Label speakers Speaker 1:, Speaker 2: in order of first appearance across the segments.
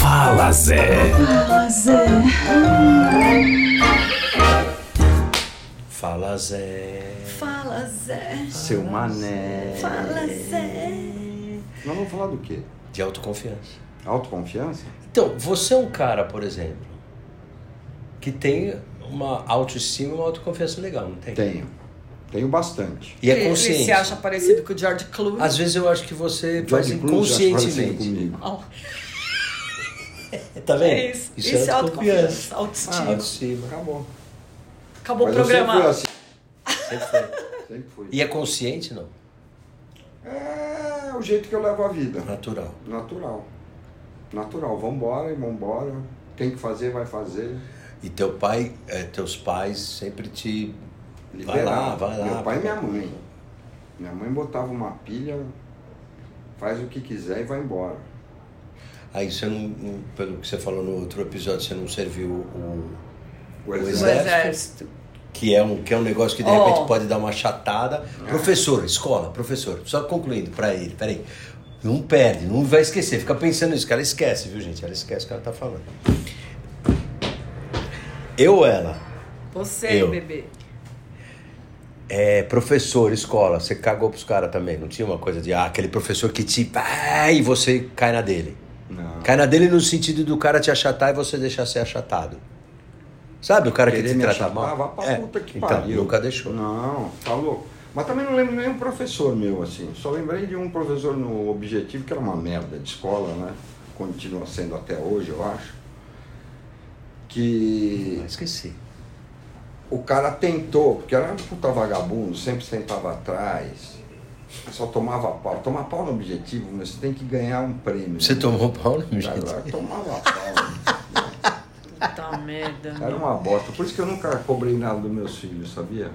Speaker 1: Fala Zé.
Speaker 2: Fala, Zé.
Speaker 3: Fala Zé,
Speaker 2: Fala, Zé.
Speaker 4: Seu mané.
Speaker 2: Fala, Zé.
Speaker 4: Nós vamos falar do quê?
Speaker 3: de autoconfiança.
Speaker 4: Autoconfiança?
Speaker 3: Então, você é um cara, por exemplo, que tem uma autoestima e uma autoconfiança legal, não tem?
Speaker 4: Tenho. Tenho bastante.
Speaker 3: E é
Speaker 5: Ele se
Speaker 3: consciente.
Speaker 5: acha parecido com o George Clooney.
Speaker 3: Às vezes eu acho que você faz
Speaker 4: George Clooney já parecido
Speaker 3: inconscientemente.
Speaker 4: comigo.
Speaker 5: Ó,
Speaker 3: Tá vendo?
Speaker 5: é isso. Isso, é autoconfiança, autoestima.
Speaker 3: Ah, Autoestima.
Speaker 4: Acabou.
Speaker 5: Acabou o
Speaker 4: Mas eu sempre fui
Speaker 5: programa.
Speaker 4: assim.
Speaker 3: Sempre foi.
Speaker 4: Sempre fui.
Speaker 3: E é consciente, não?
Speaker 4: É o jeito que eu levo a vida.
Speaker 3: Natural.
Speaker 4: Natural. Natural. Vambora e vambora. Tem que fazer, vai fazer.
Speaker 3: E teu pai, eh, teus pais sempre te. Vai
Speaker 4: Liberar.
Speaker 3: lá, vai lá.
Speaker 4: Meu pai e minha mãe. Minha mãe botava uma pilha, faz o que quiser e vai embora.
Speaker 3: Aí você não- não. Pelo que você falou no outro episódio, você não serviu o.
Speaker 4: O
Speaker 3: exército.
Speaker 5: O exército.
Speaker 3: que é um, que é um negócio que de
Speaker 5: Ó.
Speaker 3: repente pode dar uma chatada. Professor, escola, professor, só concluindo pra ele, peraí. Não perde, não vai esquecer, fica pensando nisso, que ela esquece, viu gente? Ela esquece o que ela tá falando. Eu ou ela?
Speaker 5: Você,
Speaker 3: Eu.
Speaker 5: bebê.
Speaker 3: É, professor, escola, você cagou pros caras também, não tinha uma coisa de, ah, aquele professor que te. Ah, e você cai na dele.
Speaker 4: Não.
Speaker 3: Cai na dele no sentido do cara te achatar e você deixar ser achatado. Sabe o cara que
Speaker 4: Querer
Speaker 3: te
Speaker 4: me
Speaker 3: trata
Speaker 4: achatar,
Speaker 3: mal?
Speaker 4: vá pra
Speaker 3: É,
Speaker 4: puta que
Speaker 3: então,
Speaker 4: pariu.
Speaker 3: nunca deixou.
Speaker 4: Não, tá louco. Mas também não lembro nenhum professor meu, assim. Só lembrei de um professor no Objetivo, que era uma merda de escola, né? Continua sendo até hoje, eu acho. Que
Speaker 3: Ah, esqueci.
Speaker 4: o cara tentou, porque era um puta vagabundo, sempre sentava atrás, só tomava pau. Tomar pau no objetivo, mas você tem que ganhar um prêmio.
Speaker 3: Você
Speaker 4: né?
Speaker 3: tomou pau no
Speaker 4: Cara,
Speaker 3: jeito?
Speaker 4: eu tomava pau.
Speaker 5: Puta merda.
Speaker 4: Era uma bosta. Por isso que eu nunca cobrei nada dos meus filhos, sabia?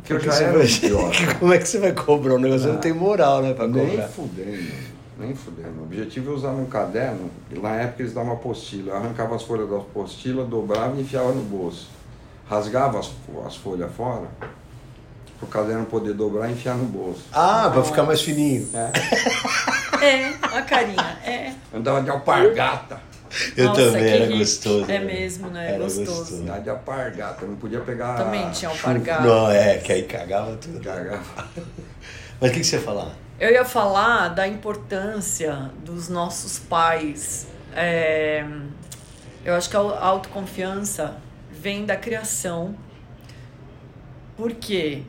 Speaker 4: Porque eu
Speaker 3: Porque
Speaker 4: já
Speaker 3: você
Speaker 4: era um
Speaker 3: vai-
Speaker 4: idiota.
Speaker 3: Como é que você vai cobrar um negócio? Você não tem moral, né, pra
Speaker 4: Nem
Speaker 3: cobrar.
Speaker 4: fudendo, nem fudendo. O objetivo é usar meu caderno, e na época eles davam apostila. Eu arrancava as folhas da apostila, dobrava e enfiava no bolso. Rasgava as, fo- as folhas fora, pro caderno poder dobrar e enfiar no bolso.
Speaker 3: Ah, pra ficar mais fininho.
Speaker 5: É, a carinha. É.
Speaker 4: Andava de alpargata,
Speaker 3: Eu
Speaker 5: Nossa,
Speaker 3: também,
Speaker 5: que
Speaker 3: era
Speaker 5: hit.
Speaker 3: gostoso.
Speaker 5: É mesmo, né? É
Speaker 3: Era
Speaker 5: gostoso.
Speaker 4: andava de alpargata, não podia pegar.
Speaker 5: Também tinha um
Speaker 4: chuva.
Speaker 5: alpargata.
Speaker 3: Não, é, que aí cagava tudo.
Speaker 4: Cagava.
Speaker 3: Mas o que, que você ia falar?
Speaker 5: Eu ia falar da importância dos nossos pais. É, eu acho que a autoconfiança vem da criação. Porque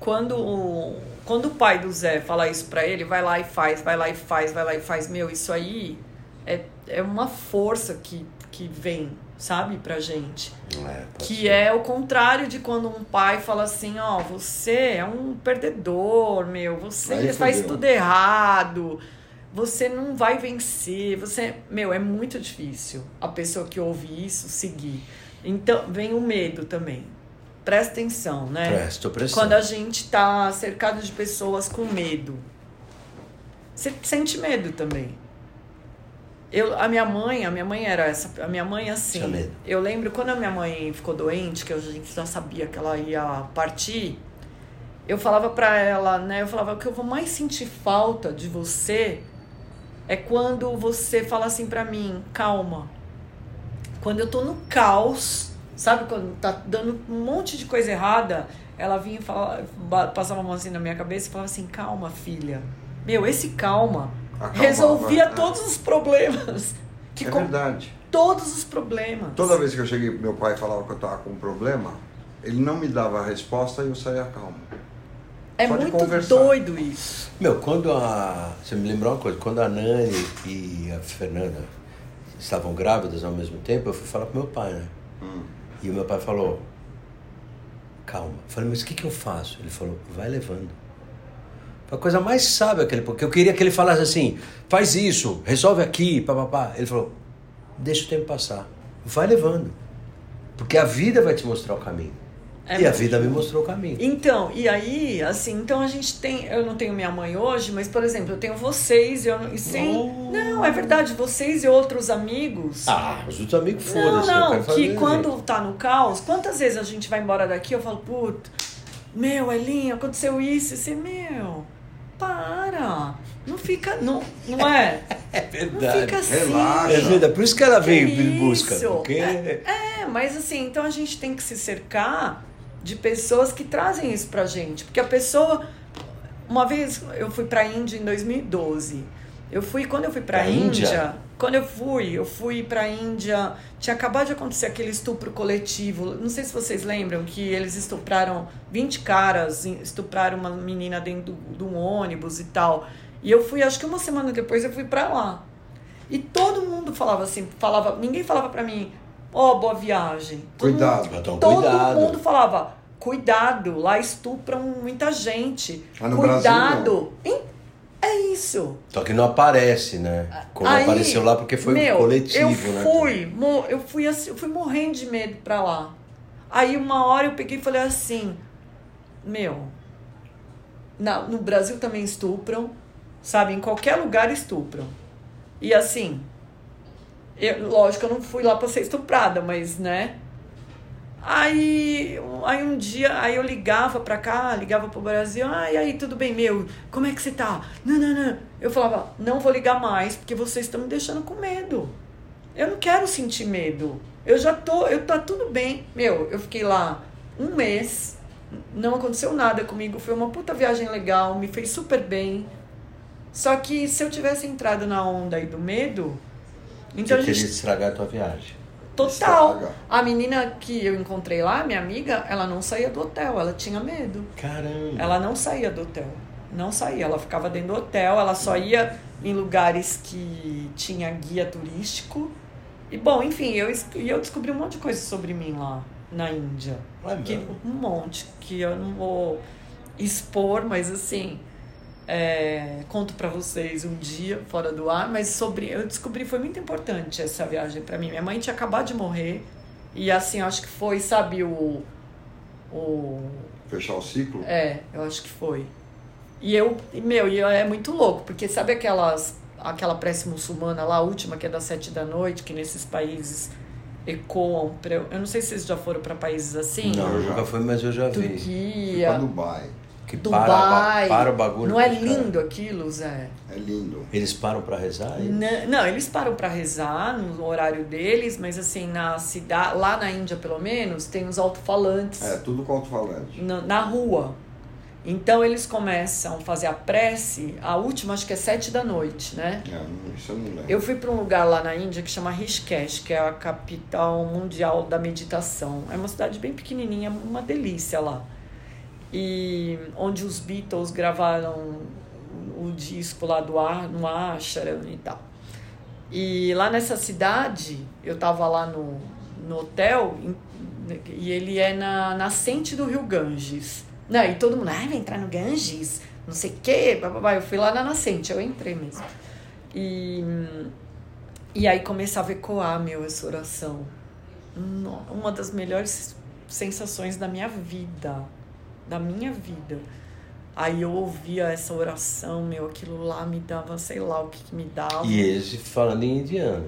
Speaker 5: quando o, quando o pai do Zé fala isso pra ele, vai lá e faz, vai lá e faz, vai lá e faz, meu, isso aí é, é uma força que, que vem, sabe, pra gente.
Speaker 3: Não é, pode
Speaker 5: Que
Speaker 3: ser.
Speaker 5: é o contrário de quando um pai fala assim, ó, você é um perdedor, meu, você
Speaker 4: Aí
Speaker 5: faz
Speaker 4: fudeu.
Speaker 5: tudo errado, você não vai vencer, você. Meu, é muito difícil a pessoa que ouve isso seguir. Então, vem o medo também. Presta atenção, né?
Speaker 3: Presto, pressão.
Speaker 5: Quando a gente tá cercado de pessoas com medo. Você sente medo também. Eu, a minha mãe, a minha mãe era essa, a minha mãe assim.
Speaker 3: Tinha medo.
Speaker 5: Eu lembro quando a minha mãe ficou doente, que a gente já sabia que ela ia partir, eu falava pra ela, né? Eu falava o que eu vou mais sentir falta de você é quando você fala assim pra mim, calma. Quando eu tô no caos, sabe quando tá dando um monte de coisa errada, ela vinha e falava, ba- passava a mão assim na minha cabeça e falava assim, calma, filha. Meu, esse calma
Speaker 4: Acabava.
Speaker 5: resolvia
Speaker 4: É,
Speaker 5: todos os problemas. Que
Speaker 4: É
Speaker 5: com
Speaker 4: verdade.
Speaker 5: todos os problemas.
Speaker 4: Toda vez que eu cheguei pro meu pai e falava que eu estava com um problema, ele não me dava a resposta e eu saía calmo.
Speaker 5: é
Speaker 4: só de
Speaker 5: muito
Speaker 4: conversar.
Speaker 5: doido isso.
Speaker 3: Meu, quando a. Você me lembrou uma coisa, quando a Nani e a Fernanda estavam grávidas ao mesmo tempo, eu fui falar pro meu pai, né? E o meu pai falou, calma. Eu falei, mas o que, que eu faço? Ele falou, vai levando. Foi a coisa mais sábia que ele. Porque eu queria que ele falasse assim, faz isso, resolve aqui, papapá. Ele falou, deixa o tempo passar. Vai levando. Porque a vida vai te mostrar o caminho.
Speaker 5: É
Speaker 3: e a
Speaker 5: mesmo.
Speaker 3: vida me mostrou o caminho.
Speaker 5: Então, e aí, assim, então a gente tem. Eu não tenho minha mãe hoje, mas, por exemplo, eu tenho vocês, eu não- e sem.
Speaker 3: Oh.
Speaker 5: Não, é verdade, vocês e outros amigos.
Speaker 3: Ah, os outros amigos
Speaker 5: Não,
Speaker 3: foda-se. eu
Speaker 5: não,
Speaker 3: quero fazer,
Speaker 5: que
Speaker 3: gente.
Speaker 5: quando tá no caos, quantas vezes a gente vai embora daqui eu falo, puto, meu, Elinho, aconteceu isso, e você, meu, Para! Não fica. Não, não é?
Speaker 3: É
Speaker 5: Não
Speaker 3: verdade.
Speaker 5: fica assim.
Speaker 4: Relaxa.
Speaker 3: É verdade. Por isso que ela veio
Speaker 5: Que
Speaker 3: me busca.
Speaker 5: isso?
Speaker 3: Porque
Speaker 5: É, é, mas assim, então a gente tem que se cercar de pessoas que trazem isso pra gente. Porque a pessoa. Uma vez eu fui pra Índia em 2012. Eu fui, quando eu fui pra
Speaker 3: Pra
Speaker 5: Índia,
Speaker 3: Índia?
Speaker 5: quando eu fui, eu fui pra Índia. Tinha acabado de acontecer aquele estupro coletivo. Não sei se vocês lembram que eles estupraram 20 caras, estupraram uma menina dentro do- de um ônibus e tal. E eu fui, acho que uma semana depois eu fui pra lá. E todo mundo falava assim, falava, ninguém falava pra mim, ó, boa viagem. Todo
Speaker 4: Cuidado.
Speaker 5: mundo-
Speaker 3: Então,
Speaker 5: todo
Speaker 3: cuidado.
Speaker 5: mundo falava, cuidado, lá estupram muita gente.
Speaker 4: Ah, no
Speaker 5: cuidado. Hein? É isso.
Speaker 3: Só que não aparece, né? Como
Speaker 5: Aí,
Speaker 3: apareceu lá, porque foi um
Speaker 5: meu,
Speaker 3: coletivo,
Speaker 5: eu
Speaker 3: né?
Speaker 5: Fui, mo- eu fui assim, eu fui morrendo de medo pra lá. Aí uma hora eu peguei e falei assim, meu, na- no Brasil também estupram, sabe? Em qualquer lugar estupram. E assim, eu- lógico, eu não fui lá pra ser estuprada, mas né? Aí, aí um dia, aí eu ligava pra cá, ligava pro Brasil, ah, e aí, tudo bem, meu, como é que você tá? Não, não, não. Eu falava, não vou ligar mais, porque vocês estão me deixando com medo. Eu não quero sentir medo. Eu já tô, eu tá tudo bem. Meu, eu fiquei lá um mês, não aconteceu nada comigo, foi uma puta viagem legal, me fez super bem. Só que se eu tivesse entrado na onda aí do medo, então
Speaker 3: Você
Speaker 5: a gente
Speaker 3: queria estragar a tua viagem.
Speaker 5: Total.
Speaker 4: Estraga.
Speaker 5: A menina que eu encontrei lá, minha amiga, ela não saía do hotel, ela tinha medo.
Speaker 3: Caramba.
Speaker 5: Ela não saía do hotel. Não saía, ela ficava dentro do hotel, ela só ia em lugares que tinha guia turístico. E bom, enfim, eu, es- e eu descobri um monte de coisa sobre mim lá na Índia.
Speaker 3: Vai
Speaker 5: Que-
Speaker 3: mesmo.
Speaker 5: um monte que eu não vou expor, mas assim, é, conto pra vocês um dia fora do ar. Mas sobre, eu descobri foi muito importante essa viagem pra mim. Minha mãe tinha acabado de morrer e assim, acho que foi, sabe o, o
Speaker 4: Fechar o ciclo?
Speaker 5: é, eu acho que foi. E eu, e, meu, e é muito louco, porque sabe aquelas, aquela prece muçulmana lá, a última, que é das sete da noite, que nesses países ecoam. pra- eu não sei se vocês já foram para países assim.
Speaker 3: Não, eu
Speaker 4: já.
Speaker 3: nunca fui, mas eu já vi.
Speaker 4: Fui pra
Speaker 5: Turquia,
Speaker 4: Dubai.
Speaker 3: Que Para,
Speaker 5: Dubai.
Speaker 3: para o bagulho.
Speaker 5: Não é
Speaker 3: cara.
Speaker 5: lindo aquilo, Zé?
Speaker 4: É lindo.
Speaker 3: Eles param pra rezar? e-
Speaker 5: Não, não, eles param para rezar no horário deles, mas assim, na cidade, lá na Índia pelo menos, tem os alto-falantes.
Speaker 4: É, tudo com alto-falante.
Speaker 5: na, na rua. Então eles começam a fazer a prece, a última acho que é sete da noite, né?
Speaker 4: É, não- isso eu não lembro.
Speaker 5: Eu fui para um lugar lá na Índia que chama Rishikesh, que é a capital mundial da meditação. É uma cidade bem pequenininha, uma delícia lá. E onde os Beatles gravaram o disco lá do ar, no Ashram e tal. E lá nessa cidade, eu tava lá no, no hotel em- e ele é na nascente do rio Ganges. Né? E todo mundo, ai, vai entrar no Ganges, não sei o quê, bababá. Eu fui lá na nascente, eu entrei mesmo. E, e aí começava a ecoar, meu, essa oração. No- Uma das melhores sensações da minha vida. Da minha vida. Aí eu ouvia essa oração, meu, aquilo lá me dava, sei lá o que, que me dava.
Speaker 3: E é- eles falando em indiano.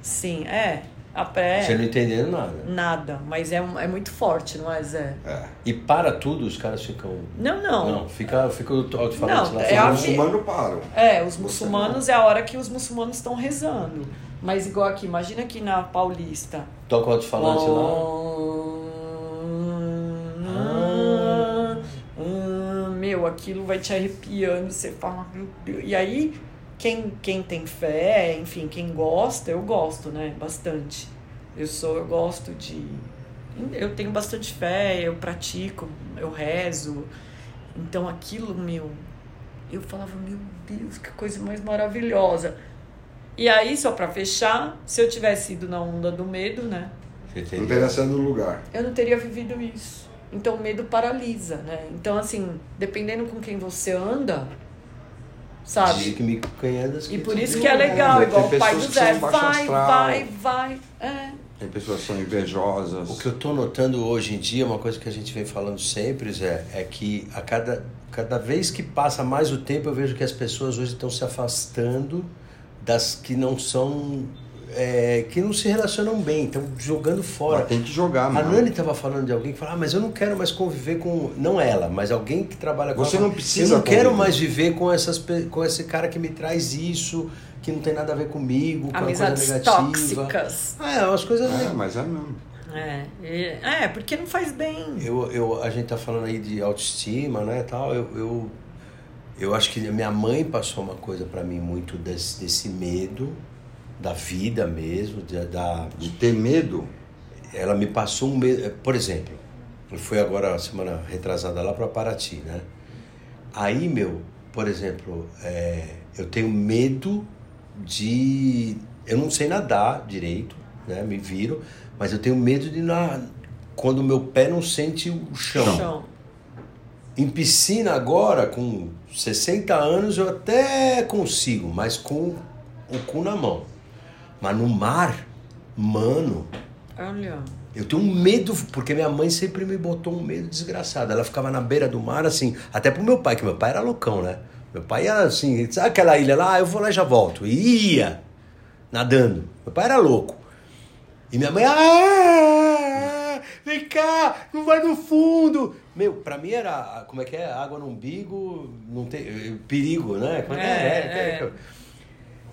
Speaker 5: Sim, é. A pré
Speaker 3: Você não entendendo nada.
Speaker 5: nada, mas é, um- é muito forte, não é, Zé?
Speaker 4: É.
Speaker 3: E para tudo, os caras ficam.
Speaker 5: Não, não.
Speaker 3: Não, fica, fica o alto-falante
Speaker 5: Não,
Speaker 3: lá.
Speaker 5: é a-
Speaker 4: Os muçulmanos param.
Speaker 5: É, os
Speaker 4: Você
Speaker 5: muçulmanos é a hora que os muçulmanos estão rezando. Mas igual aqui, imagina aqui na Paulista.
Speaker 3: Toca o alto-falante lá.
Speaker 5: Om- Om- Ah, Meu, aquilo vai te arrepiando, você fala. "Meu Deus". E aí, quem, quem tem fé, enfim, quem gosta, eu gosto, né? Bastante. Eu sou, eu gosto de. Eu tenho bastante fé, eu pratico, eu rezo. Então aquilo, meu, eu falava, meu Deus, que coisa mais maravilhosa. E aí, só pra fechar, se eu tivesse ido na onda do medo, né?
Speaker 3: Você entendeu?
Speaker 4: Interessando o lugar.
Speaker 5: eu não teria vivido isso. Então o medo paralisa, né? Então, assim, dependendo com quem você anda,
Speaker 3: Diz
Speaker 5: sabe?
Speaker 3: que me conhedas
Speaker 5: E
Speaker 3: que né?
Speaker 5: por
Speaker 3: te
Speaker 5: isso
Speaker 3: digo.
Speaker 5: que é legal,
Speaker 4: Tem
Speaker 5: igual o pai
Speaker 4: pessoas
Speaker 5: do
Speaker 4: que
Speaker 5: Zé.
Speaker 4: são baixo
Speaker 5: Vai,
Speaker 4: astral.
Speaker 5: vai, vai. É.
Speaker 4: Tem pessoas que são invejosas.
Speaker 3: O que eu tô notando hoje em dia, uma coisa que a gente vem falando sempre, Zé, é que a cada, cada vez que passa mais o tempo, eu vejo que as pessoas hoje estão se afastando das que não são é, que não se relacionam bem, estão jogando fora.
Speaker 4: Mas tem que jogar,
Speaker 3: A
Speaker 4: mano.
Speaker 3: Nani estava falando de alguém que fala, ah, mas eu não quero mais conviver com. Não ela, mas alguém que trabalha com
Speaker 4: Você
Speaker 3: ela.
Speaker 4: não precisa
Speaker 3: Eu não quero
Speaker 4: conviver.
Speaker 3: mais viver com, essas, pe- com esse cara que me traz isso, que não tem nada a ver comigo, com uma coisa
Speaker 5: Amizades
Speaker 3: negativa.
Speaker 5: tóxicas.
Speaker 3: Ah, é, umas coisas.
Speaker 4: É, mas é mesmo.
Speaker 5: É, e- é, porque não faz bem.
Speaker 3: Eu, eu, a gente tá falando aí de autoestima, né, tal. Eu, eu, eu acho que a minha mãe passou uma coisa para mim muito desse, desse medo da vida mesmo, de- da,
Speaker 4: De ter medo,
Speaker 3: ela me passou um medo. Por exemplo, eu fui agora semana retrasada lá para Paraty, né? Aí, meu, por exemplo, é, eu tenho medo de. Eu não sei nadar direito, né? Me viro, mas eu tenho medo de na quando meu pé não sente o chão.
Speaker 5: Chão.
Speaker 3: Em piscina agora, com 60 anos, eu até consigo, mas com o cu na mão. Mas no mar, mano,
Speaker 5: Olha.
Speaker 3: eu tenho um medo, porque minha mãe sempre me botou um medo desgraçado. Ela ficava na beira do mar, assim, até pro meu pai, que meu pai era loucão, né? Meu pai era assim, sabe aquela ilha lá? Eu vou lá e já volto. E ia, nadando. Meu pai era louco. E minha mãe, ah, vem cá, não vai no fundo. Meu, pra mim era, como é que é? Água no umbigo, não tem, eh, perigo, né? Como é que
Speaker 5: É, é.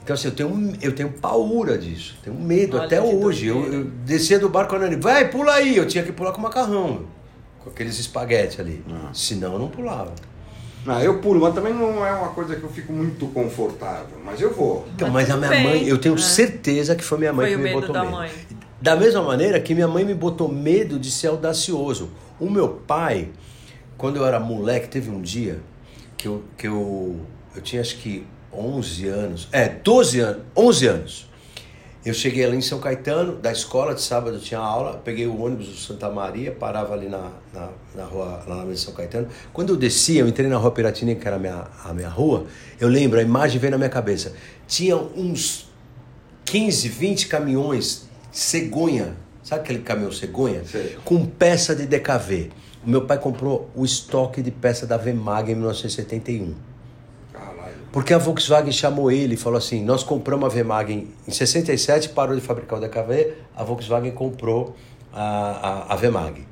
Speaker 3: Então, assim, eu tenho, um- eu tenho paura disso, tenho um medo
Speaker 5: Olha
Speaker 3: até
Speaker 5: que
Speaker 3: hoje. Eu,
Speaker 5: doideira.
Speaker 3: eu descia do barco com a Nani, vai, pula aí. Eu tinha que pular com macarrão, com aqueles espaguete ali. Senão eu não pulava.
Speaker 4: Ah, eu pulo, mas também não é uma coisa que eu fico muito confortável. Mas eu vou.
Speaker 3: Então,
Speaker 5: Mas
Speaker 3: mas, a
Speaker 5: tudo
Speaker 3: minha
Speaker 5: bem,
Speaker 3: mãe, eu tenho
Speaker 5: né?
Speaker 3: certeza que foi minha mãe que
Speaker 5: Foi o
Speaker 3: me
Speaker 5: medo
Speaker 3: botou
Speaker 5: da
Speaker 3: medo.
Speaker 5: mãe.
Speaker 3: Da mesma maneira que minha mãe me botou medo de ser audacioso. O meu pai, quando eu era moleque, teve um dia que eu, que eu, eu tinha acho que 11 anos, é, 12 anos, 11 anos. Eu cheguei ali em São Caetano, da escola de sábado eu tinha aula, peguei o ônibus do Santa Maria, parava ali na, na, na rua, lá na Avenida São Caetano. Quando eu descia, eu entrei na rua Piratini, que era a minha, a minha rua, eu lembro, a imagem veio na minha cabeça. Tinha uns 15, 20 caminhões cegonha, sabe aquele caminhão cegonha?
Speaker 4: Sei.
Speaker 3: Com peça de DKV. O meu pai comprou o estoque de peça da Vemag em 1971.
Speaker 4: Caralho.
Speaker 3: Porque a Volkswagen chamou ele e falou assim: nós compramos a Vemag em, em 67, parou de fabricar o DKV, a Volkswagen comprou a, a, a Vemag.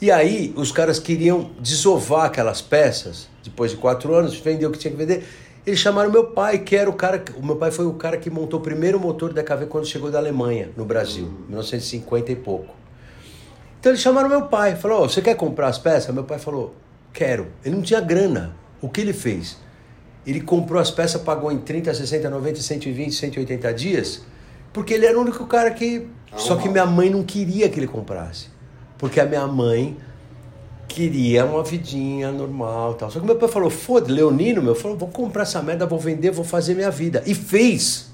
Speaker 3: E aí os caras queriam desovar aquelas peças, depois de quatro anos, vendeu o que tinha que vender. Eles chamaram meu pai, que era o cara. que- O meu pai foi o cara que montou o primeiro motor da DKV quando chegou da Alemanha, no Brasil, 1950 e pouco. Então eles chamaram meu pai, falou: "Ó, você quer comprar as peças? Meu pai falou: quero. Ele não tinha grana. O que ele fez? Ele comprou as peças, pagou em 30, 60, 90, 120, 180 dias, porque ele era o único cara que. Só que minha mãe não queria que ele comprasse. Porque a minha mãe queria uma vidinha normal tal. Só que meu pai falou, foda, Leonino, meu, falou, vou comprar essa merda, vou vender, vou fazer minha vida. E fez.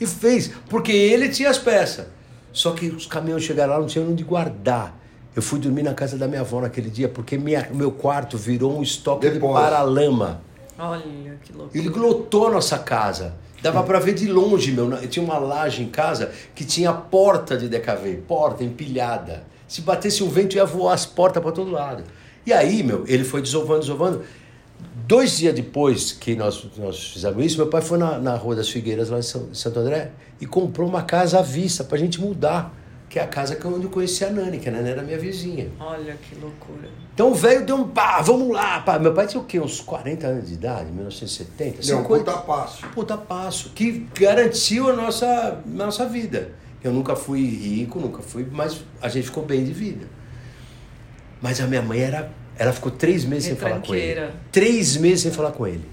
Speaker 3: E fez, porque ele tinha as peças. Só que os caminhões chegaram lá, não tinham onde guardar. Eu fui dormir na casa da minha avó naquele dia, porque minha, meu quarto virou um estoque
Speaker 4: Depósito.
Speaker 3: de paralama.
Speaker 5: Olha que louco.
Speaker 3: Ele lotou a nossa casa. Dava pra ver de longe, meu. Eu tinha uma laje em casa que tinha porta de DKV, porta empilhada. Se batesse um vento, ia voar as portas pra todo lado. E aí, meu, ele foi desovando, desovando. Dois dias depois que nós, nós fizemos isso, meu pai foi na, na Rua das Figueiras, lá em São- em Santo André, e comprou uma casa à vista pra gente mudar, que é a casa que eu- onde eu conheci a Nani, que a Nani era minha vizinha.
Speaker 5: Olha que loucura.
Speaker 3: Então o velho deu um pá, vamos lá, pá. Meu pai tinha o quê? Uns 40 anos de idade, 1970,
Speaker 4: Deu um
Speaker 3: 50.
Speaker 4: puta passo.
Speaker 3: Puta passo, que garantiu a nossa, nossa vida. Eu nunca fui rico, nunca fui, mas a gente ficou bem de vida. Mas a minha mãe era. Ela ficou três meses sem falar com ele.
Speaker 5: Retranqueira.
Speaker 3: Três meses sem falar com ele.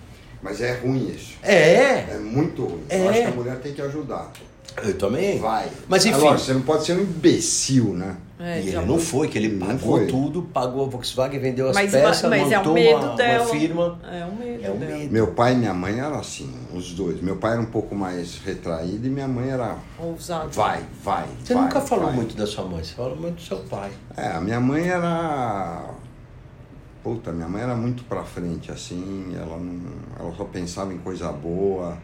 Speaker 4: Mas é ruim isso.
Speaker 3: É!
Speaker 4: É muito ruim.
Speaker 3: É.
Speaker 4: Eu acho que a mulher tem que ajudar.
Speaker 3: Eu também.
Speaker 4: Vai.
Speaker 3: Mas enfim.
Speaker 4: Agora, você não pode ser um imbecil, né?
Speaker 5: É,
Speaker 3: e ele
Speaker 5: já-
Speaker 3: não foi, que ele
Speaker 4: Não
Speaker 3: pagou
Speaker 4: foi.
Speaker 3: tudo, pagou a Volkswagen, vendeu as
Speaker 5: mas
Speaker 3: peças,
Speaker 5: mas é o
Speaker 3: montou
Speaker 5: medo
Speaker 3: uma,
Speaker 5: dela.
Speaker 3: uma firma.
Speaker 5: É o medo
Speaker 3: É o
Speaker 5: dela.
Speaker 3: medo.
Speaker 4: Meu pai e minha mãe eram assim, os dois. Meu pai era um pouco mais retraído e minha mãe era
Speaker 5: Ousado.
Speaker 4: vai, vai.
Speaker 3: Você
Speaker 4: vai,
Speaker 3: nunca falou
Speaker 4: vai.
Speaker 3: muito da sua mãe, você falou muito do seu pai.
Speaker 4: É, a minha mãe era. Puta, minha mãe era muito pra frente, assim, ela, não, ela só pensava em coisa boa.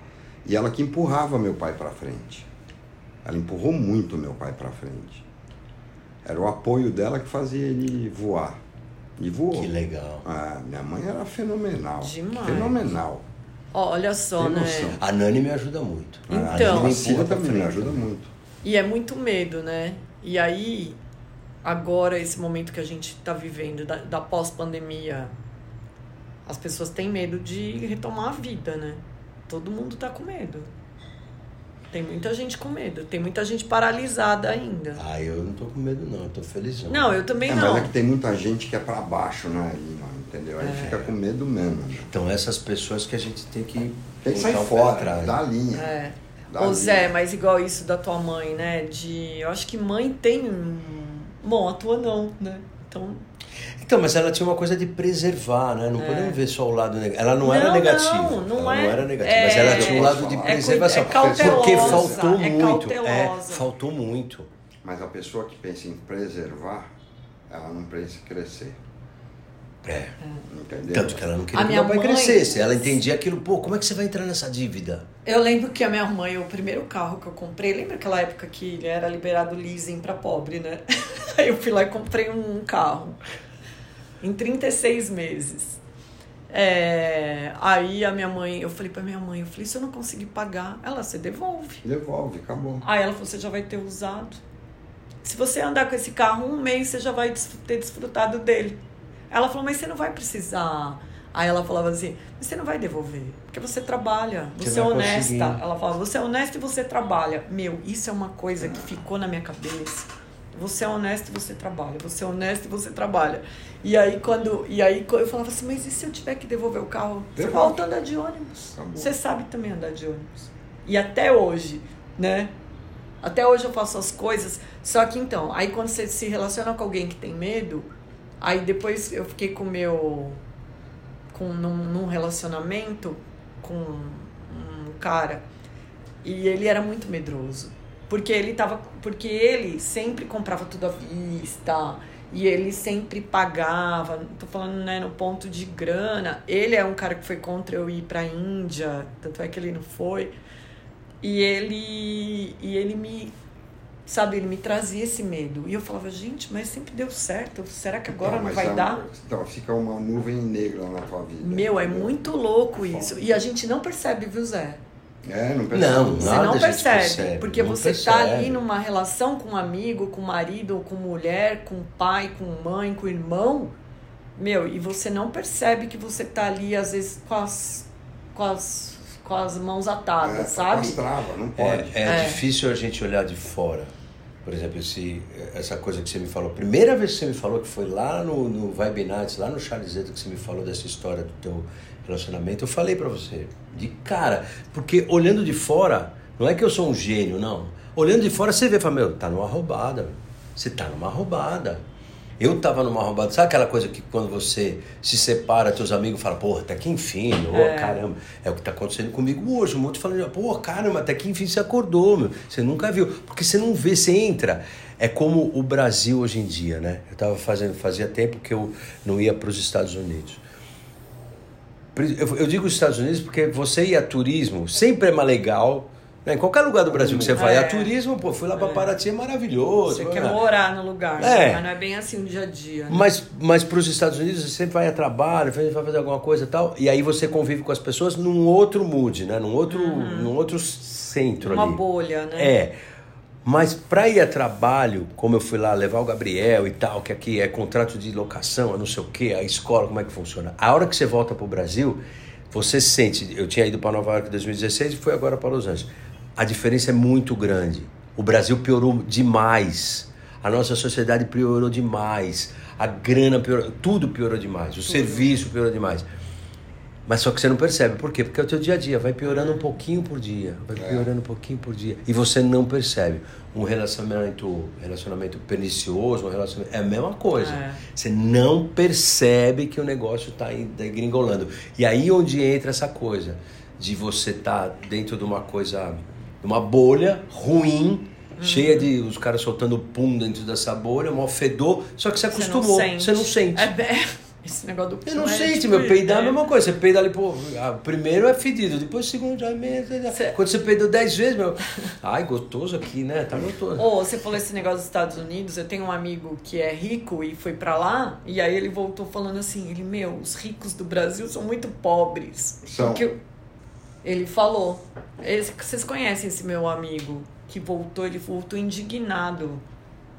Speaker 4: E ela que empurrava meu pai pra frente. Ela empurrou muito meu pai pra frente. Era o apoio dela que fazia ele voar. E voou.
Speaker 3: Que legal.
Speaker 4: Ah, minha mãe era fenomenal.
Speaker 5: Demais.
Speaker 4: Fenomenal.
Speaker 5: Ó, Olha só,
Speaker 4: Tem
Speaker 5: né?
Speaker 4: noção.
Speaker 3: A Nani me ajuda muito.
Speaker 5: Então.
Speaker 3: a Nani
Speaker 4: a
Speaker 3: me
Speaker 4: Cida
Speaker 3: empurra pra
Speaker 4: também me
Speaker 3: frente.
Speaker 4: ajuda muito.
Speaker 5: E é muito medo, né? E aí, agora, esse momento que a gente está vivendo, da, da pós-pandemia, as pessoas têm medo de retomar a vida, né? Todo mundo tá com medo. Tem muita gente com medo. Tem muita gente paralisada ainda.
Speaker 3: Ah, eu não tô com medo não, eu tô felizão.
Speaker 5: Não, eu também
Speaker 4: É,
Speaker 5: não. É.
Speaker 4: mas é que tem muita gente que é pra baixo, né? Aí, mano, entendeu? Aí fica com medo mesmo. né?
Speaker 3: Então essas pessoas que a gente tem que
Speaker 4: Tem que sair
Speaker 3: botar o pé
Speaker 4: fora,
Speaker 3: então
Speaker 4: tá?
Speaker 3: atrás.
Speaker 4: da linha.
Speaker 5: É.
Speaker 4: Da
Speaker 5: Ô
Speaker 4: vida.
Speaker 5: Zé, mas igual isso da tua mãe, né? De. Eu acho que mãe tem. um- Bom, a tua não, né? Então.
Speaker 3: Então, mas ela tinha uma coisa de preservar, né? Não podemos ver só o lado negativo. Ela não, era
Speaker 5: É. Não,
Speaker 3: negativa.
Speaker 5: não, não
Speaker 3: ela
Speaker 5: é-
Speaker 3: não era negativa.
Speaker 5: é-
Speaker 3: Mas ela tinha um lado de
Speaker 4: é cuida- é
Speaker 3: preservação.
Speaker 4: cautelosa,
Speaker 3: porque faltou
Speaker 5: é
Speaker 3: muito. É,
Speaker 5: cautelosa.
Speaker 3: faltou muito.
Speaker 4: Mas a pessoa que pensa em preservar, ela não pensa em crescer.
Speaker 3: É.
Speaker 4: Entendeu?
Speaker 3: Tanto que ela não queria
Speaker 5: A
Speaker 3: que
Speaker 5: minha
Speaker 3: meu pai
Speaker 5: mãe-
Speaker 3: crescesse. Ela entendia aquilo, pô, como é que você vai entrar nessa dívida?
Speaker 5: Eu lembro que a minha mãe, o primeiro carro que eu comprei, lembra aquela época que ele era liberado leasing pra pobre, né? Aí eu fui lá e comprei um carro. Em 36 meses. É, aí a minha mãe, eu falei pra minha mãe, eu falei, se eu não conseguir pagar, ela se devolve.
Speaker 4: Devolve, acabou.
Speaker 5: Aí ela falou, você já vai ter usado. Se você andar com esse carro um mês, você já vai des- ter desfrutado dele. Ela falou, mas você não vai precisar. Aí ela falava assim, mas você não vai devolver, porque você trabalha,
Speaker 3: Você
Speaker 5: você, é
Speaker 3: vai
Speaker 5: honesta.
Speaker 3: conseguir.
Speaker 5: Ela falava, você é honesta e você trabalha. Meu, isso é uma coisa que ficou na minha cabeça. Você é honesto e você trabalha, você é honesto e você trabalha. E aí quando, e aí co- eu falava assim, mas e se eu tiver que devolver o carro? Você
Speaker 4: Devolve.
Speaker 5: volta a andar de ônibus.
Speaker 4: Acabou.
Speaker 5: Você sabe também andar de ônibus. E até hoje, né? Até hoje eu faço as coisas. Só que então, aí quando você se relaciona com alguém que tem medo, aí depois eu fiquei com o meu. Com, num, num relacionamento com um cara. E ele era muito medroso. Porque ele tava. Porque ele sempre comprava tudo à vista. E ele sempre pagava. Tô falando, né, no ponto de grana. Ele é um cara que foi contra eu ir pra Índia. Tanto é que ele não foi. E ele. E ele me. Sabe, ele me trazia esse medo. E eu falava, gente, mas sempre deu certo. Será que agora
Speaker 4: Então,
Speaker 5: não
Speaker 4: mas
Speaker 5: vai
Speaker 4: é um-
Speaker 5: dar?
Speaker 4: Então fica uma nuvem negra na tua vida.
Speaker 5: Meu, é
Speaker 4: entendeu?
Speaker 5: muito louco isso. E a gente não percebe, viu, Zé?
Speaker 4: É, não pensa.
Speaker 3: Não,
Speaker 5: Você
Speaker 3: nada a
Speaker 5: não
Speaker 3: gente
Speaker 5: percebe,
Speaker 3: percebe,
Speaker 5: Porque
Speaker 3: não
Speaker 5: você está tá
Speaker 3: percebe.
Speaker 5: ali numa relação com um amigo, com marido, com mulher, com pai, com mãe, com irmão. Meu, e você não percebe que você tá ali, às vezes, com as, com as, com as mãos atadas,
Speaker 4: é,
Speaker 5: sabe?
Speaker 4: Castrava, não pode.
Speaker 3: É, é
Speaker 5: É.
Speaker 3: difícil a gente olhar de fora. Por exemplo, esse, essa coisa que você me falou. Primeira vez que você me falou, que foi lá no, no Vibe Nights, lá no Charlizeto, que você me falou dessa história do teu relacionamento, eu falei pra você, de cara. Porque olhando de fora, não é que eu sou um gênio, não. Olhando de fora, você vê e fala, meu, tá numa roubada. meu. Você tá numa roubada. Eu tava numa roubada. Sabe aquela coisa que quando você se separa, teus amigos falam, porra, até que enfim, meu, ô, caramba. É o que tá acontecendo comigo hoje. Um monte falando, pô, caramba, até que enfim você acordou, meu. Você nunca viu. Porque você não vê, você entra. É como o Brasil hoje em dia, né? Eu tava fazendo, fazia tempo que eu não ia para os Estados Unidos. Eu, eu digo os Estados Unidos porque você ir a turismo sempre é mais legal. Né? Em qualquer lugar do Brasil que você vai
Speaker 5: É.
Speaker 3: a turismo, pô, fui lá pra Paraty, é maravilhoso.
Speaker 5: Você quer
Speaker 3: né?
Speaker 5: morar no lugar,
Speaker 3: É.
Speaker 5: mas não é bem assim o dia a dia. né?
Speaker 3: Mas, mas para os Estados Unidos você sempre vai a trabalho, vai vai fazer alguma coisa e tal, e aí você convive com as pessoas num outro mood, né? Num outro, num outro centro
Speaker 5: Uhum. Uma
Speaker 3: ali.
Speaker 5: bolha, né?
Speaker 3: É. Mas para ir a trabalho, como eu fui lá levar o Gabriel e tal, que aqui é contrato de locação, é não sei o quê, a escola, como é que funciona? A hora que você volta pro Brasil, você sente. Eu tinha ido para Nova York em 2016 e fui agora para Los Angeles. A diferença é muito grande. O Brasil piorou demais. A nossa sociedade piorou demais. A grana piorou. Tudo piorou demais. O serviço piorou demais. Mas só que você não percebe. Por quê? Porque é o teu dia a dia. Vai piorando um pouquinho por dia. Vai piorando um pouquinho por dia. E você não percebe. Um relacionamento, relacionamento pernicioso, um relacionamento... É a mesma coisa.
Speaker 5: É.
Speaker 3: Você não percebe que o negócio está gringolando. E aí onde entra essa coisa de você estar dentro de uma coisa... de Uma bolha ruim...
Speaker 5: Uhum.
Speaker 3: Cheia de os caras soltando pum dentro dessa bolha, mó fedor, só que você
Speaker 5: Você não
Speaker 3: acostumou,
Speaker 5: sente.
Speaker 3: você não sente.
Speaker 5: É, é, esse negócio do
Speaker 3: Eu não
Speaker 5: é
Speaker 3: sei,
Speaker 5: tipo
Speaker 3: meu,
Speaker 5: isso,
Speaker 3: peidar é a
Speaker 5: né?
Speaker 3: mesma coisa. Você peida ali, pô, ah, o primeiro é fedido, depois o segundo já é meio.
Speaker 5: Cê-
Speaker 3: Quando você peidou dez vezes, meu. Ai, gostoso aqui, né? Tá gostoso.
Speaker 5: Ô, você falou esse negócio dos Estados Unidos, eu tenho um amigo que é rico e foi pra lá, e aí ele voltou falando assim, ele, meu, os ricos do Brasil são muito pobres.
Speaker 4: São.
Speaker 5: Porque eu- ele falou, esse- vocês conhecem esse meu amigo, que voltou, ele voltou indignado.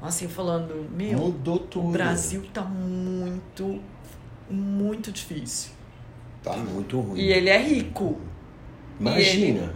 Speaker 5: Assim, falando, meu,
Speaker 3: Mudou tudo.
Speaker 5: o Brasil tá muito, muito difícil.
Speaker 3: Tá muito ruim.
Speaker 5: E ele é rico.
Speaker 3: Imagina.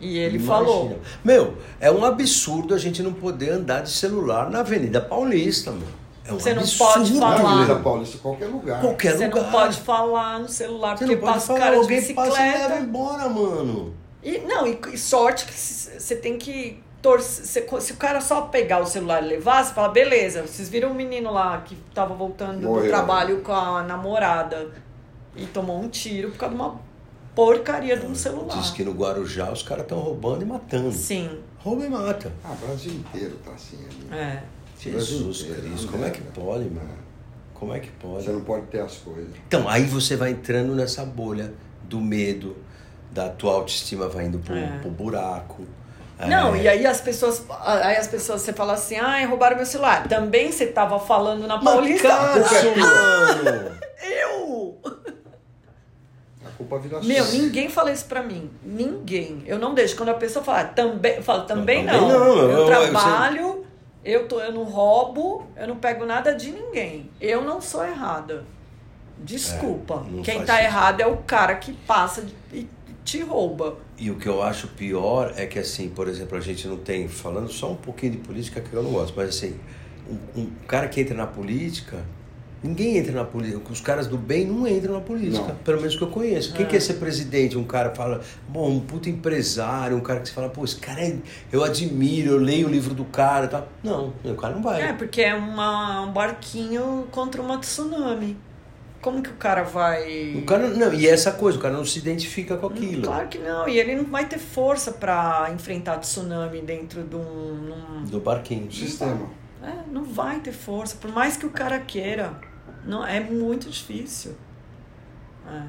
Speaker 5: E ele
Speaker 3: Imagina.
Speaker 5: falou.
Speaker 3: Meu, é um absurdo a gente não poder andar de celular na Avenida Paulista, meu. É um
Speaker 5: Você não
Speaker 3: absurdo.
Speaker 5: pode falar.
Speaker 3: meu.
Speaker 5: Lá.
Speaker 1: Avenida Paulista, qualquer lugar.
Speaker 3: Qualquer
Speaker 5: Você
Speaker 3: lugar.
Speaker 5: não pode falar no celular,
Speaker 3: Você
Speaker 5: porque
Speaker 3: não pode
Speaker 5: passa o
Speaker 3: falar,
Speaker 5: cara de
Speaker 3: alguém passa e leva
Speaker 5: bicicleta.
Speaker 3: embora, mano.
Speaker 5: E, não, e, e sorte que c- você tem que torcer. você co- se o cara só pegar o celular e levar, você fala, beleza, vocês viram um menino lá que tava voltando do
Speaker 4: Morreu.
Speaker 5: trabalho com a namorada e tomou um tiro por causa de uma porcaria de um celular.
Speaker 3: Diz que no Guarujá os caras estão roubando e matando.
Speaker 5: Sim,
Speaker 3: Rouba e mata.
Speaker 4: Ah, o Brasil inteiro tá assim ali.
Speaker 5: é.
Speaker 3: Jesus
Speaker 4: inteiro,
Speaker 3: Cristo,
Speaker 4: né,
Speaker 3: como é que
Speaker 4: cara?
Speaker 3: pode, mano? Como é que pode?
Speaker 4: Você não pode ter as coisas.
Speaker 3: Então, aí você vai entrando nessa bolha do medo, da tua autoestima vai indo pro,
Speaker 5: É.
Speaker 3: pro buraco.
Speaker 5: Não,
Speaker 3: É.
Speaker 5: e aí as pessoas. Aí as pessoas você fala assim, ai, roubaram meu celular. Também você tava falando na
Speaker 3: Mas,
Speaker 5: Paulista.
Speaker 3: caralho, mano!
Speaker 5: Eu!
Speaker 4: A culpa vira assim,
Speaker 5: Meu,
Speaker 4: sua.
Speaker 5: ninguém fala isso pra mim. Ninguém. Eu não deixo. Quando a pessoa fala, também, eu falo, também
Speaker 3: Não,
Speaker 5: não.
Speaker 3: também não,
Speaker 5: Eu,
Speaker 3: eu- eu-
Speaker 5: trabalho, eu, tô, eu não roubo, eu não pego nada de ninguém. Eu não sou errada. Desculpa.
Speaker 3: É, não
Speaker 5: Quem
Speaker 3: faz
Speaker 5: tá
Speaker 3: sentido.
Speaker 5: errado é o cara que passa e te rouba.
Speaker 3: E o que eu acho pior é que, assim, por exemplo, a gente não tem, falando só um pouquinho de política que eu não gosto, mas assim, um, um cara que entra na política, ninguém entra na política, os caras do bem não entram na política,
Speaker 4: Não.
Speaker 3: pelo menos que eu conheço. Quem
Speaker 5: É.
Speaker 3: quer ser presidente? Um cara fala, bom, um puta empresário, um cara que você fala, pô, esse cara é, eu admiro, eu leio o livro do cara e tal. Não, o cara não vai.
Speaker 5: É, porque é uma- um barquinho contra uma tsunami. Como que o cara vai.
Speaker 3: O cara não, e é essa coisa, o cara não se identifica com aquilo.
Speaker 5: Claro que não, e ele não vai ter força pra enfrentar tsunami dentro de um. num-
Speaker 3: Do barquinho.
Speaker 4: O
Speaker 5: Hum.
Speaker 4: sistema.
Speaker 5: É, não vai ter força, por mais que o cara queira. Não, é muito difícil. É.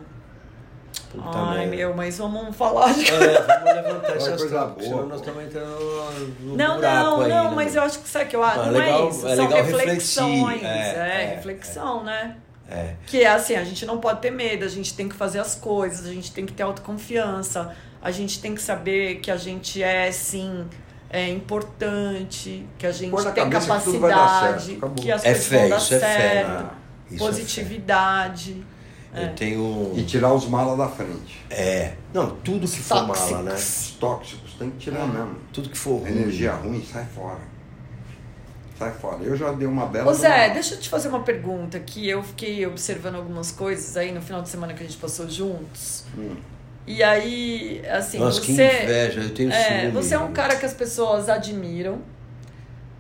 Speaker 3: Puta
Speaker 5: Ai,
Speaker 3: merda.
Speaker 5: meu, mas vamos falar de.
Speaker 3: É, vamos levantar
Speaker 4: Olha,
Speaker 3: esse
Speaker 4: coisa
Speaker 3: astral, porque
Speaker 4: boa,
Speaker 3: senão
Speaker 4: pô.
Speaker 3: nós estamos entrando no, no
Speaker 5: Não,
Speaker 3: buraco
Speaker 5: não,
Speaker 3: aí,
Speaker 5: não,
Speaker 3: né?
Speaker 5: mas eu acho que sabe que eu acho.
Speaker 3: Ah,
Speaker 5: não
Speaker 3: legal-
Speaker 5: é isso,
Speaker 3: é
Speaker 5: são
Speaker 3: legal refletir,
Speaker 5: reflexões.
Speaker 3: é,
Speaker 5: É,
Speaker 3: é,
Speaker 5: reflexão, né?
Speaker 3: É.
Speaker 5: Que é assim, a gente não pode ter medo, a gente tem que fazer as coisas, a gente tem que ter autoconfiança, a gente tem que saber que a gente é sim é importante, que a gente
Speaker 4: Põe na
Speaker 5: tem
Speaker 4: cabeça que tudo vai dar certo,
Speaker 5: capacidade,
Speaker 4: acabou.
Speaker 5: que as
Speaker 3: É
Speaker 5: coisas
Speaker 3: fé,
Speaker 5: vão dar
Speaker 3: isso é fé.
Speaker 5: certo, é.
Speaker 3: né? Isso é
Speaker 5: positividade.
Speaker 3: fé. Eu tenho.
Speaker 4: E tirar os malas da frente.
Speaker 3: Hum. É. Não, tudo que for mala, né?
Speaker 4: Os tóxicos tem que
Speaker 3: É.
Speaker 4: tirar mesmo.
Speaker 3: Tudo que for ruim.
Speaker 4: Energia ruim, sai fora. Sai fora. Eu já dei uma bela.
Speaker 5: Ô Zé,
Speaker 4: numa-
Speaker 5: deixa eu te fazer uma pergunta que eu fiquei observando algumas coisas aí no final de semana que a gente passou juntos. E aí, assim,
Speaker 3: Hum. Nossa, que
Speaker 5: você,
Speaker 3: inveja, né, eu tenho
Speaker 5: é,
Speaker 3: ciúme.
Speaker 5: você é um cara que as pessoas admiram.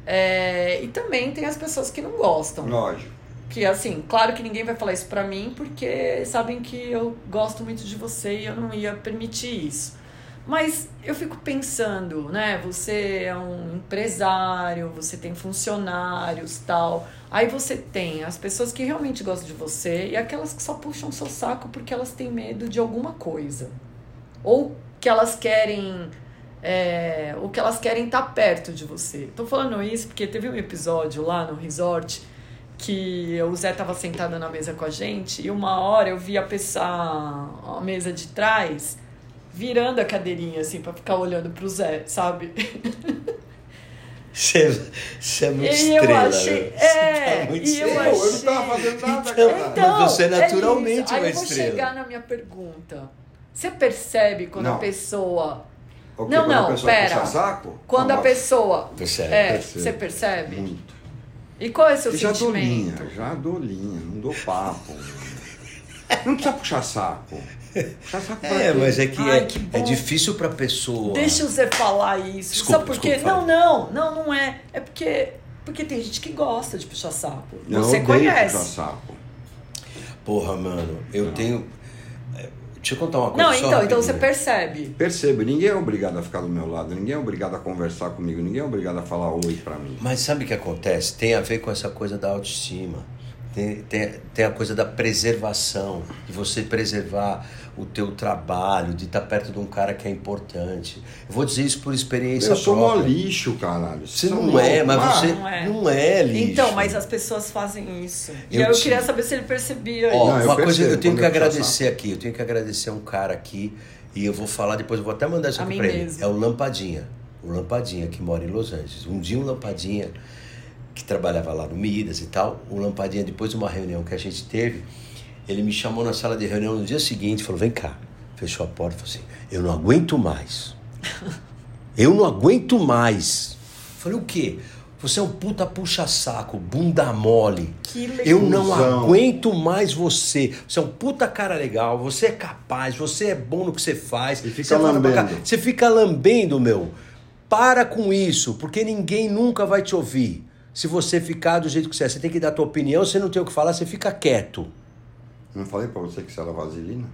Speaker 5: é, e também tem as pessoas que não gostam.
Speaker 4: Lógico.
Speaker 5: Que assim, claro que ninguém vai falar isso pra mim, porque sabem que eu gosto muito de você e eu não ia permitir isso. Mas eu fico pensando, né? Você é um empresário, você tem funcionários tal. Aí você tem as pessoas que realmente gostam de você e aquelas que só puxam seu saco porque elas têm medo de alguma coisa. Ou que elas querem. É, ou que elas querem estar perto de você. Tô falando isso porque teve um episódio lá no resort que o Zé tava sentado na mesa com a gente e uma hora eu vi a pessoa, a mesa de trás virando a cadeirinha assim pra ficar olhando pro Zé, sabe?
Speaker 3: Você, você é muito
Speaker 5: E eu
Speaker 3: estrela.
Speaker 5: achei-
Speaker 3: né?
Speaker 5: é,
Speaker 3: Você tá muito
Speaker 5: e eu
Speaker 3: estrela.
Speaker 4: Eu, eu não
Speaker 5: achei-
Speaker 4: tava fazendo nada,
Speaker 3: Então-
Speaker 4: cara.
Speaker 3: Mas você é
Speaker 5: isso.
Speaker 3: naturalmente uma
Speaker 5: Aí eu vou
Speaker 3: estrela.
Speaker 5: chegar na minha pergunta. Você percebe quando a
Speaker 4: Não.
Speaker 5: pessoa
Speaker 4: O quê?
Speaker 5: Não,
Speaker 4: Quando a
Speaker 5: não,
Speaker 4: pessoa
Speaker 5: pera.
Speaker 4: puxa saco?
Speaker 5: quando a
Speaker 4: Nossa,
Speaker 5: pessoa
Speaker 3: Percebe,
Speaker 5: é,
Speaker 4: percebe.
Speaker 5: você percebe?
Speaker 4: Muito.
Speaker 5: E qual é o seu
Speaker 4: Eu já dou linha,
Speaker 5: sentimento?
Speaker 4: já dou linha, não dou papo. Não precisa puxar saco. Puxar saco pra
Speaker 3: É,
Speaker 4: quê?
Speaker 3: mas é que,
Speaker 5: Ai,
Speaker 3: é,
Speaker 5: que bom.
Speaker 3: é difícil pra pessoa.
Speaker 5: Deixa o Zé falar isso.
Speaker 3: Desculpa,
Speaker 5: Sabe por quê?
Speaker 3: desculpa,
Speaker 5: não, não, não, não é. É porque porque tem gente que gosta de puxar saco.
Speaker 4: Eu
Speaker 5: você
Speaker 4: odeio
Speaker 5: conhece.
Speaker 4: puxar saco.
Speaker 3: Porra, mano, eu tenho. é, Deixa eu contar uma coisa.
Speaker 5: Não,
Speaker 3: só é
Speaker 5: então, então
Speaker 3: rapidinho.
Speaker 5: você percebe.
Speaker 4: Percebo, ninguém é obrigado a ficar do meu lado, ninguém é obrigado a conversar comigo, ninguém é obrigado a falar oi pra mim.
Speaker 3: Mas sabe o que acontece? Tem a ver com essa coisa da autoestima. Tem, tem, tem a coisa da preservação, de você preservar o teu trabalho, de estar perto de um cara que é importante. Eu vou dizer isso por experiência
Speaker 4: eu sou mó
Speaker 3: própria.
Speaker 4: lixo, caralho.
Speaker 3: Você
Speaker 4: Vocês são
Speaker 3: não é,
Speaker 4: loucos.
Speaker 3: mas
Speaker 4: Ah,
Speaker 3: você
Speaker 5: não
Speaker 3: não
Speaker 5: é.
Speaker 3: é, lixo.
Speaker 5: Então, mas as pessoas fazem isso. e
Speaker 3: Eu
Speaker 5: aí eu
Speaker 3: te-
Speaker 5: queria saber se ele
Speaker 3: Ó,
Speaker 5: percebia isso.
Speaker 4: Não, eu
Speaker 3: uma coisa
Speaker 4: percebo
Speaker 3: eu tenho
Speaker 4: quando
Speaker 3: que
Speaker 4: eu puxo
Speaker 3: agradecer aqui, eu tenho que agradecer um cara aqui e eu vou falar depois, eu vou até mandar isso
Speaker 5: A
Speaker 3: aqui
Speaker 5: mim
Speaker 3: pra ele.
Speaker 5: mesmo.
Speaker 3: É o Lampadinha. O o Lampadinha, que mora em Los Angeles. Um dia o Lampadinha, que trabalhava lá no Midas e tal, o Lampadinha, depois de uma reunião que a gente teve, ele me chamou na sala de reunião no dia seguinte e falou, vem cá. Fechou a porta e falou assim, eu não aguento mais. Eu não aguento mais. Falei, o quê? Você é um puta puxa-saco, bunda mole.
Speaker 5: Que
Speaker 3: Eu não
Speaker 4: Cusão.
Speaker 3: aguento mais você. Você é um puta cara legal, você é capaz, você é bom no que você faz.
Speaker 4: E fica
Speaker 3: você fala pra
Speaker 4: lambendo.
Speaker 3: cá- Você fica lambendo, meu. Para com isso, porque ninguém nunca vai te ouvir. Se você ficar do jeito que você é, você tem que dar a tua opinião, você não tem o que falar, você fica quieto.
Speaker 4: Não falei pra você que você era vaselina?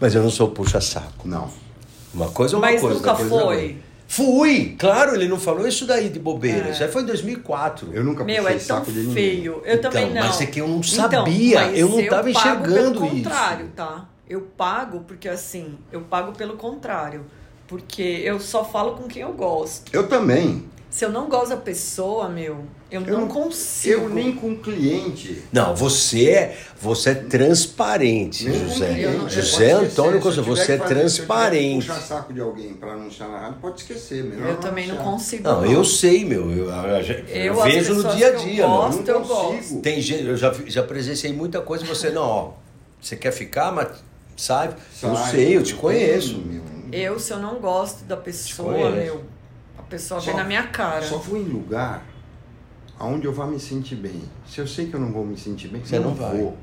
Speaker 3: Mas eu não sou puxa-saco.
Speaker 4: Não.
Speaker 3: Uma coisa é uma
Speaker 5: Mas
Speaker 3: coisa.
Speaker 5: nunca
Speaker 3: outra coisa é
Speaker 5: foi.
Speaker 3: outra. Fui! Claro, ele não falou isso daí de bobeira.
Speaker 5: É.
Speaker 3: Isso aí foi em 2004.
Speaker 4: Eu nunca
Speaker 5: Meu,
Speaker 4: puxei
Speaker 5: é tão
Speaker 4: saco de ninguém.
Speaker 5: feio. Eu também
Speaker 3: Então,
Speaker 5: não.
Speaker 3: mas é que eu não
Speaker 5: Então,
Speaker 3: sabia,
Speaker 5: mas
Speaker 3: eu não tava
Speaker 5: pago
Speaker 3: enxergando
Speaker 5: pelo
Speaker 3: isso.
Speaker 5: contrário, tá? Eu pago porque assim, eu pago pelo contrário. Porque eu só falo com quem eu gosto.
Speaker 4: Eu também.
Speaker 5: Se eu não gosto da pessoa, meu, eu,
Speaker 4: Eu
Speaker 5: não
Speaker 4: não-
Speaker 5: consigo.
Speaker 4: Eu nem com cliente.
Speaker 3: Não, você é, você é transparente,
Speaker 4: nem com
Speaker 3: José.
Speaker 4: cliente. Eu-
Speaker 3: José Antônio
Speaker 4: pode esquecer. Se eu
Speaker 3: Costa, você é
Speaker 4: tiver que fazer- se eu tiver que
Speaker 3: transparente.
Speaker 4: puxar assim, saco de alguém pra anunciar na rádio, pode esquecer. Melhor
Speaker 5: Eu também não
Speaker 4: anunciar.
Speaker 5: consigo.
Speaker 3: Não, eu sei, meu. Eu, eu- eu
Speaker 5: Eu, as
Speaker 3: vejo no
Speaker 5: pessoas
Speaker 3: dia a
Speaker 5: que eu
Speaker 3: dia, meu.
Speaker 5: gosto.
Speaker 4: Eu
Speaker 5: Eu gosto.
Speaker 4: consigo.
Speaker 3: Tem gente, eu já, vi- já presenciei muita coisa, você não, ó. Você quer ficar, mas sabe? eu
Speaker 4: Sai,
Speaker 3: sei, eu te
Speaker 4: tem,
Speaker 3: conheço.
Speaker 4: meu.
Speaker 5: Eu, se eu não gosto da pessoa,
Speaker 3: conheço.
Speaker 5: meu, a pessoa vem
Speaker 4: Só-
Speaker 5: na minha cara.
Speaker 4: Só vou em lugar aonde eu vá me sentir bem. Se eu sei que eu não vou me sentir bem,
Speaker 3: Você
Speaker 4: não,
Speaker 3: não vai.
Speaker 4: vou.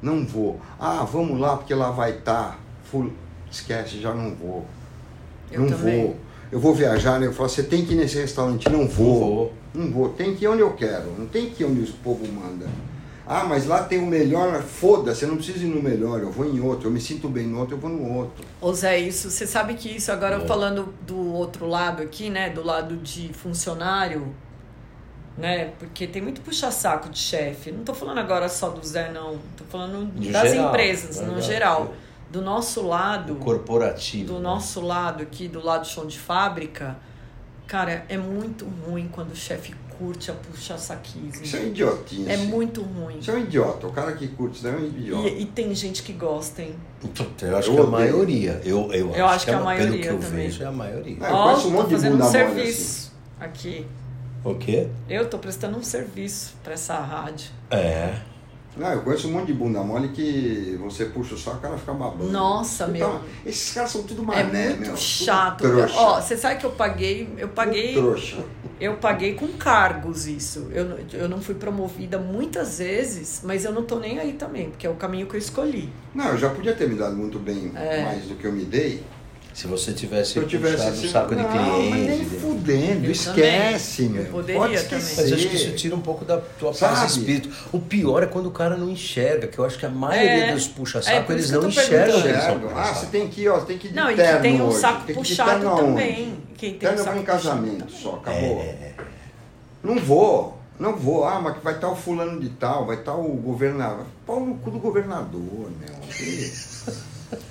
Speaker 4: Não vou. Ah, vamos lá porque lá vai estar. Esquece, já não vou.
Speaker 5: Eu
Speaker 4: não
Speaker 5: também.
Speaker 4: vou. Eu vou viajar, né? Eu falo, você tem que ir nesse restaurante. Não
Speaker 3: Não
Speaker 4: vou.
Speaker 3: vou.
Speaker 4: Não vou. Tem que ir onde eu quero. Não tem que ir onde o povo manda. Ah, mas lá tem o melhor. Foda-se, eu não preciso ir no melhor. Eu vou em outro. Eu me sinto bem no outro, eu vou no outro.
Speaker 5: Ô Zé, isso, você sabe que isso agora
Speaker 3: Boa.
Speaker 5: falando do outro lado aqui, né? Do lado de funcionário, né? Porque tem muito puxa-saco de chefe. Não tô falando agora só do Zé, não. Tô falando
Speaker 3: De
Speaker 5: das
Speaker 3: geral,
Speaker 5: empresas,
Speaker 3: né?
Speaker 5: no geral. Do nosso lado,
Speaker 3: Corporativo.
Speaker 5: do nosso lado aqui, do lado chão de fábrica, cara, é muito ruim quando o chefe curte a
Speaker 4: Isso é
Speaker 5: puxa-saquismo.
Speaker 4: idiotinha.
Speaker 5: É
Speaker 4: assim.
Speaker 5: muito ruim.
Speaker 4: Isso é um idiota. O cara que curte isso daí é um idiota.
Speaker 5: E, e tem gente que gosta, hein?
Speaker 3: Puta, Eu acho
Speaker 4: Eu
Speaker 3: que é a
Speaker 4: odeio.
Speaker 3: maioria. Eu, eu,
Speaker 5: Eu
Speaker 4: é
Speaker 5: acho que a
Speaker 3: ma-
Speaker 5: maioria
Speaker 3: Pelo que eu
Speaker 5: também.
Speaker 3: vejo, é a maioria.
Speaker 4: Ah, eu
Speaker 5: Ó,
Speaker 4: conheço um monte
Speaker 5: tô
Speaker 4: de
Speaker 5: fazendo
Speaker 4: bunda
Speaker 5: um
Speaker 4: mole assim.
Speaker 5: serviço aqui.
Speaker 4: É.
Speaker 3: O quê?
Speaker 5: Eu tô prestando um serviço pra essa rádio.
Speaker 3: É.
Speaker 4: Não, eu conheço um monte de bunda mole que você puxa o saco, o cara fica babando.
Speaker 5: Nossa,
Speaker 4: Então,
Speaker 5: meu.
Speaker 4: Esses caras são tudo
Speaker 5: é
Speaker 4: mané,
Speaker 5: muito
Speaker 4: meu. Tudo
Speaker 5: chato.
Speaker 4: Trouxa.
Speaker 5: Ó, você sabe que eu paguei, eu paguei,
Speaker 4: Trouxa.
Speaker 5: eu paguei com cargos isso. Eu, não- eu não fui promovida muitas vezes, mas eu não tô nem aí também, porque é o caminho que eu escolhi.
Speaker 4: Não, eu já podia ter me dado muito bem
Speaker 5: É.
Speaker 4: mais do que eu me dei.
Speaker 3: Se você tivesse
Speaker 4: Se eu tivesse
Speaker 3: puxado o
Speaker 4: sido-
Speaker 3: saco de
Speaker 4: não,
Speaker 3: cliente.
Speaker 4: Mas nem
Speaker 3: entendeu?
Speaker 4: fudendo,
Speaker 5: Eu
Speaker 4: esquece,
Speaker 5: também. Eu
Speaker 4: meu.
Speaker 5: poderia
Speaker 4: Pode
Speaker 5: também.
Speaker 4: esquecer.
Speaker 3: Mas eu acho que isso tira um pouco da tua
Speaker 4: Sabe?
Speaker 3: paz de espírito. O pior é quando o cara não enxerga, que eu acho que a maioria
Speaker 5: É.
Speaker 3: dos
Speaker 5: É,
Speaker 3: puxa-saco,
Speaker 5: por
Speaker 3: eles
Speaker 5: isso que eu
Speaker 3: não
Speaker 5: tô
Speaker 3: enxergam. que eles são
Speaker 4: Enxergo. Ah, você
Speaker 3: puxa-saco.
Speaker 4: tem que ir, ó, tem que ir de
Speaker 5: Não, e que
Speaker 4: terno
Speaker 5: tem um
Speaker 4: hoje.
Speaker 5: saco
Speaker 4: Tem que ir de
Speaker 5: puxado
Speaker 4: terno aonde?
Speaker 5: também. Quem tem um
Speaker 4: terno é pra
Speaker 5: saco
Speaker 4: um casamento
Speaker 5: puxado
Speaker 4: só, acabou. Não vou, não vou. Ah, mas vai estar o fulano de tal, vai estar o governador. Pau no cu do governador, meu. Que-